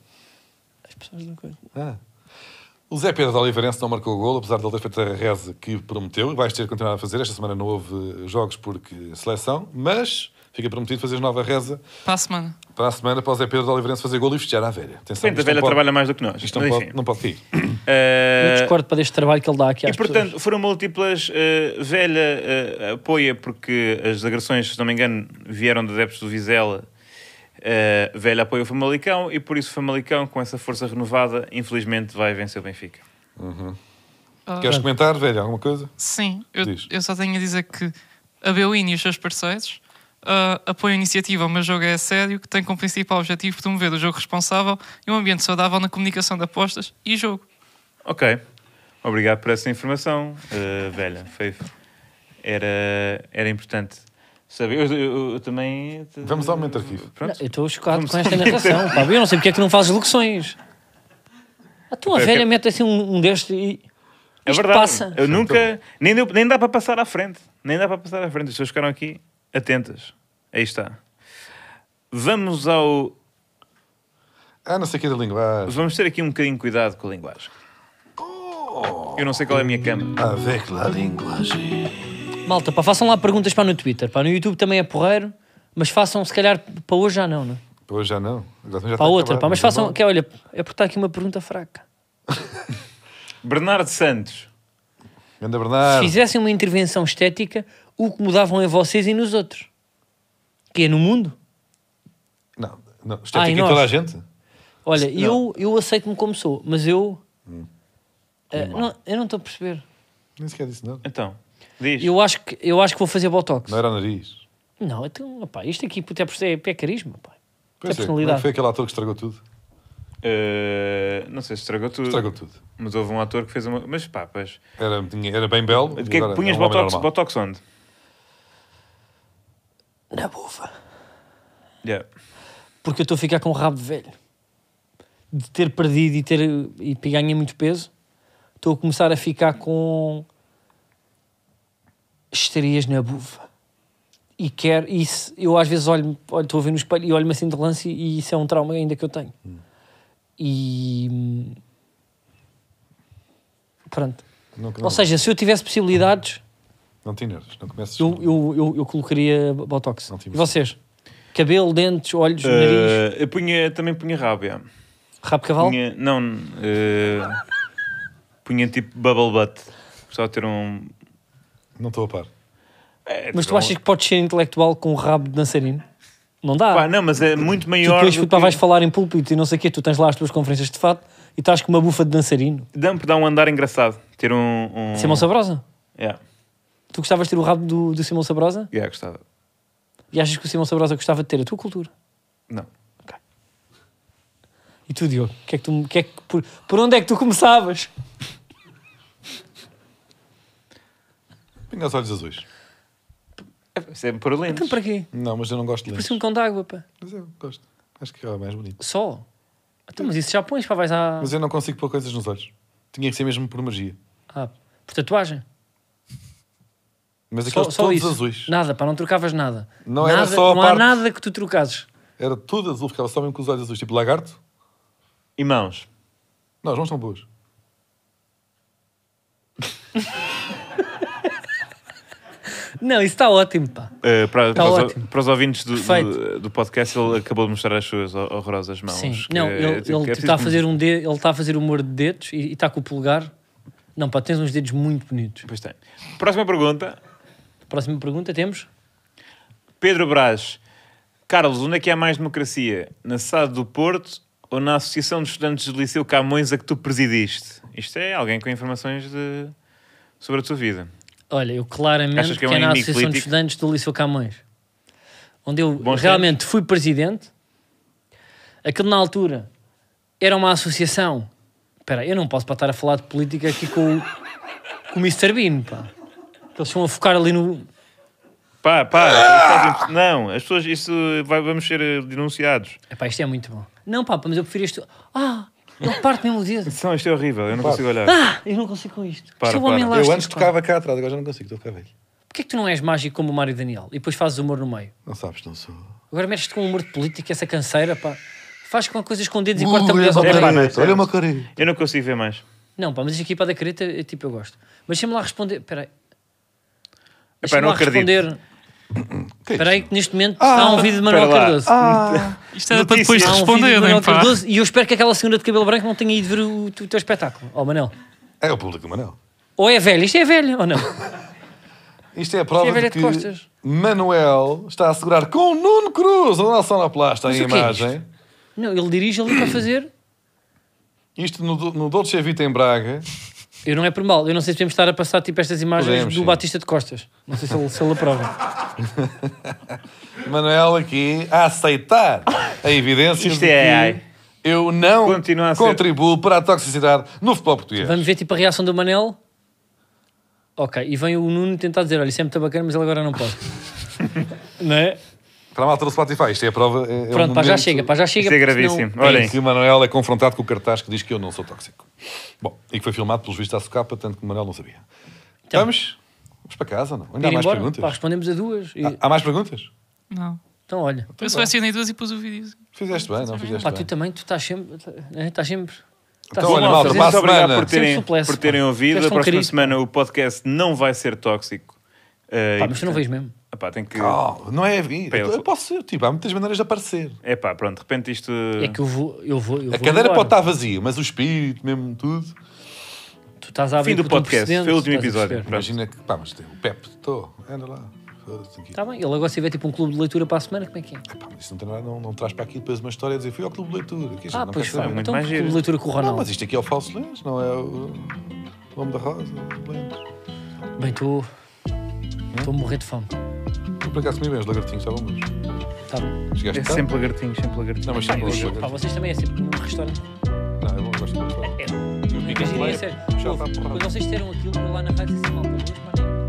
As pessoas não coisam. Eh, Ah. O Zé Pedro da Oliveirense não marcou o golo, apesar de ele ter feito a reze que prometeu e vais ter de continuar a fazer. Esta semana não houve eh, jogos porque seleção, mas fica prometido fazer nova reza Para a semana. para a semana para o Zé Pedro da Oliveirense fazer golo e festejar à velha. Atenção, Bem, da isto não velha pode- trabalha mais é do que nós. Isto é um Mas, não pode, enfim. não pode cair. Eh, Eu discordo para este trabalho que ele dá aqui E às portanto, pessoas. foram múltiplas. eh, velha eh, apoia, porque as agressões, se não me engano, vieram de adeptos do Vizela. Eh, velha apoia o Famalicão e por isso o Famalicão, com essa força renovada, infelizmente vai vencer o Benfica. Ah, Queres comentar, velha, alguma coisa? sim, eu, Diz. eu só tenho a dizer que a Belin e os seus parceiros ah, apoiam a iniciativa O Meu Jogo é Sério, que tem como principal objetivo promover o jogo responsável e um ambiente saudável na comunicação de apostas e jogo. Ok. Obrigado por essa informação, eh, velha. Foi, era, era importante saber. Eu, eu- eu também. Vamos ao momento arquivo. Pronto. Eu estou chocado com esta narração. pá. Eu não sei porque é que tu não fazes locuções. A tua Eu velha quero- mete assim um, um deste e. É Isto verdade. passa. Eu nunca. então. Nem, deu- nem dá para passar à frente. Nem dá para passar à frente. As pessoas ficaram aqui atentas. Aí está. Vamos ao. Ah, não sei o que da linguagem. Vamos ter aqui um bocadinho de cuidado com a linguagem. Eu não sei qual é a minha cama. Avec la linguagem. Malta, pá, façam lá perguntas para no Twitter. Pá. No YouTube também é porreiro, mas façam, se calhar, para hoje já não, né? Pois já não. Agora também já Para está outra, acabado, pá. Mas é façam. bom. Que, é, olha, é porque está aqui uma pergunta fraca. Bernardo Santos. Anda, Se Bernardo. fizessem uma intervenção estética, o que mudavam em vocês e nos outros? Que é no mundo? Não, não. Isto é Ah, e aqui nós? toda a gente. Olha, eu, eu aceito-me como sou, mas eu. eh, não, eu não estou a perceber. Nem sequer disse nada. Então, diz. Eu acho, que, eu acho que vou fazer botox. Não era o nariz. Não, então, opá, isto aqui puto, é, por- é, é carisma, pá. É Pois é, como é personalidade. que foi aquele ator que estragou tudo? Eh, não sei se estragou tudo. Estragou tudo. Mas houve um ator que fez uma. Mas pá, pois. Era, tinha- era bem belo. De que é que agora punhas é um homem botox, normal. botox onde? Na bufa. Yeah. Porque eu estou a ficar com um rabo de velho. De ter perdido e ter e ganhei muito peso, estou a começar a ficar com estarias na bufa. E quero, e isso, eu às vezes olho, olho- estou a ver no espelho e olho-me assim de lance e isso é um trauma ainda que eu tenho. Hum. E hum, pronto. Não, não, Ou seja, se eu tivesse possibilidades, não te enerves, não comeces. eu, eu, eu, eu colocaria botox. Não tinha E vocês? Cabelo, dentes, olhos, nariz, Eh, eu punha, também punha rabo. yeah. rabo de cavalo? Punha, não, eh, punha tipo bubble butt. Só ter um. Não estou a par. é, Mas ter tu um- achas que podes ser intelectual com um rabo de dançarino? Não dá. Pá, não, mas é muito Tipo, tu maior. depois do fui para que- vais falar em púlpito e não sei o quê, tu tens lá as tuas conferências de fato e estás com uma bufa de dançarino. Dá, dá um andar engraçado. Ter um. um... Simão Sabrosa? Yeah, Tu gostavas de ter o rabo do, do Simão Sabrosa? yeah, gostava. E achas que o Simão Sabrosa gostava de ter a tua cultura? Não. E tu, Diogo, que é que tu, que é que, por, por onde é que tu começavas? Pinga os olhos azuis. Isso é por lentes. Então para quê? Não, mas eu não gosto de lentes. Parece um cão d'água, pá. Mas é, eu gosto. Acho que é mais bonito. Só. Então, mas isso já pões, pá, vais à. Mas eu não consigo pôr coisas nos olhos. Tinha que ser mesmo por magia. Ah, por tatuagem. Mas Só, aqueles só todos isso. azuis. Nada, pá, não trocavas nada. Não nada, era só a Não há parte- nada que tu trocasses. Era tudo azul, ficava só mesmo com os olhos azuis. Tipo lagarto. E mãos. Não, as mãos são boas. Não, isso está ótimo, pá. Eh, para, para os, Tá ótimo. para os ouvintes do, Perfeito. do, do podcast, ele acabou de mostrar as suas ho- horrorosas mãos. Sim. que- Não, ele que tipo está é preciso- a fazer um dedo, ele está a fazer humor de dedos e está com o polegar. Não, pá, tens uns dedos muito bonitos. Pois tem. Próxima pergunta. Próxima pergunta temos. Pedro Brás. Carlos, onde é que há mais democracia? Na SAD do Porto ou na Associação de Estudantes do Liceu Camões a que tu presidiste? Isto é alguém com informações de- sobre a tua vida. Olha, eu claramente Achas que que é é, um na inimigo Associação de político? Estudantes do Liceu Camões. Onde eu Bons realmente fui presidente. Aquilo na altura era uma associação. Espera, eu não posso para estar a falar de política aqui com, o- com o Mr. Bean, pá. Eles estão a focar ali no... Pá, pá, Ah! isso faz imp- não, as pessoas, isso vai- vamos ser eh, denunciados. Epá, isto é muito bom. Não, pá, mas eu prefiro isto... Ah, ele parte mesmo o dedo. Não, isto é horrível, eu não consigo olhar. Ah, eu não consigo com isto. Para, Sou o homem para. Eu Eu elástico, antes pá. tocava cá atrás, agora já não consigo, estou a ficar velho. Porquê que tu não és mágico como o Mário Daniel e depois fazes humor no meio? Não sabes, não sou. Agora metes-te com humor de política, essa canseira, pá. Faz com coisas com dedos e corta mulheres ao é meio. pá, não, Olha uma careta. Eu não consigo ver mais. Não, pá, mas isto aqui para da careta, eu, tipo, eu gosto. Mas deixa-me lá responder. Espera aí. Epá, eu Deixa-me não lá acredito. responder. é Espera aí, que neste momento Ah, está um vídeo de Manuel espera lá. Cardoso. Isto era para depois Há um vídeo de responderem, Manuel pá. Cardoso e eu espero que aquela senhora de cabelo branco não tenha ido ver o, o teu espetáculo. Ó, Manel. É o público, Manel. Ou é velho, isto é velho, ou não? Isto é a prova Quem é de velha que de costas? Manuel está a segurar com o Nuno Cruz, a nossa sonoplasta, Mas em o que é isto? imagem. Não, ele dirige ali para fazer. Isto no, do- no Dolce Vita em Braga. Eu não é por mal, eu não sei se devemos estar a passar tipo estas imagens Podemos, do sim. Batista de Costas. Não sei se ele, se ele aprova. Manuel aqui a aceitar a evidência Isto de é que AI. eu não Continua a ser- contribuo para a toxicidade no futebol português. Vamos ver tipo a reação do Manel. Ok, e vem o Nuno tentar dizer: olha, isso é muito bacana, mas ele agora não pode. não é? Para a malta do Spotify, isto é a prova. É, é o Pronto, pá, já momento chega, pá, já chega. Isto um é porque senão- gravíssimo. em Olhem, que o Manuel é confrontado com o cartaz que diz que eu não sou tóxico. Bom, e que foi filmado pelos vistos à socapa, tanto que o Manuel não sabia. Vamos? Vamos para casa ou não? Ainda há mais ir Então. embora, perguntas? pá, respondemos a duas. e- Ah. Há- Há mais perguntas? Não. Então, olha, Eu selecionei duas e pus o vídeo. Fizeste bem, não fizeste pá, tu bem. também, tu estás sempre. né, Estás sempre. Então, olha, malta, fazer- para a muito obrigado semana. por terem, Sempre suplesse, por terem pá. ouvido. Vocês A são próxima queridos, semana o podcast não vai ser tóxico. Eh, Pá, e, mas tu não vês mesmo. Ah pá, tem que... Oh, não é a vir. Pá, eu- Eu posso ser, tipo, há muitas maneiras de aparecer. É pá, pronto, de repente isto... É que eu vou. Eu vou eu A vou cadeira embora. pode estar vazia, mas o espírito, mesmo tudo. Tu estás a abrir Fim do com o teu podcast, precedente, foi o último estás a episódio. perceber. Pronto. Imagina que, pá, mas tem o Pepe, estou, anda lá. Foda-se aqui. Está bem, ele agora se tiver tipo um clube de leitura para a semana, como é que é? Pá, mas isso não, tem nada, não, não traz para aqui depois uma história a dizer fui ao clube de leitura. Que a gente Ah, não pois quer foi. saber. muito Então, mais clube giro. de leitura com o Não, Ronaldo. mas isto aqui é o falso lenço, não é o, o nome da rosa. o lenço. Bem, estou. Estou a morrer de fome. Eu, Por acaso comi bem os lagartinhos, estavam bons. Tá bom. Chegaste É cá? sempre lagartinho, sempre lagartinho. Não, mas sempre bons Pá, lagartinhos. vocês também é sempre num restaurante. Não, eu não gosto de lagartinhos. É, imagina, é sério. Já está Ouve, porrada. um Quando vocês teram aquilo lá na rádio, assim, malta, duas maneiras.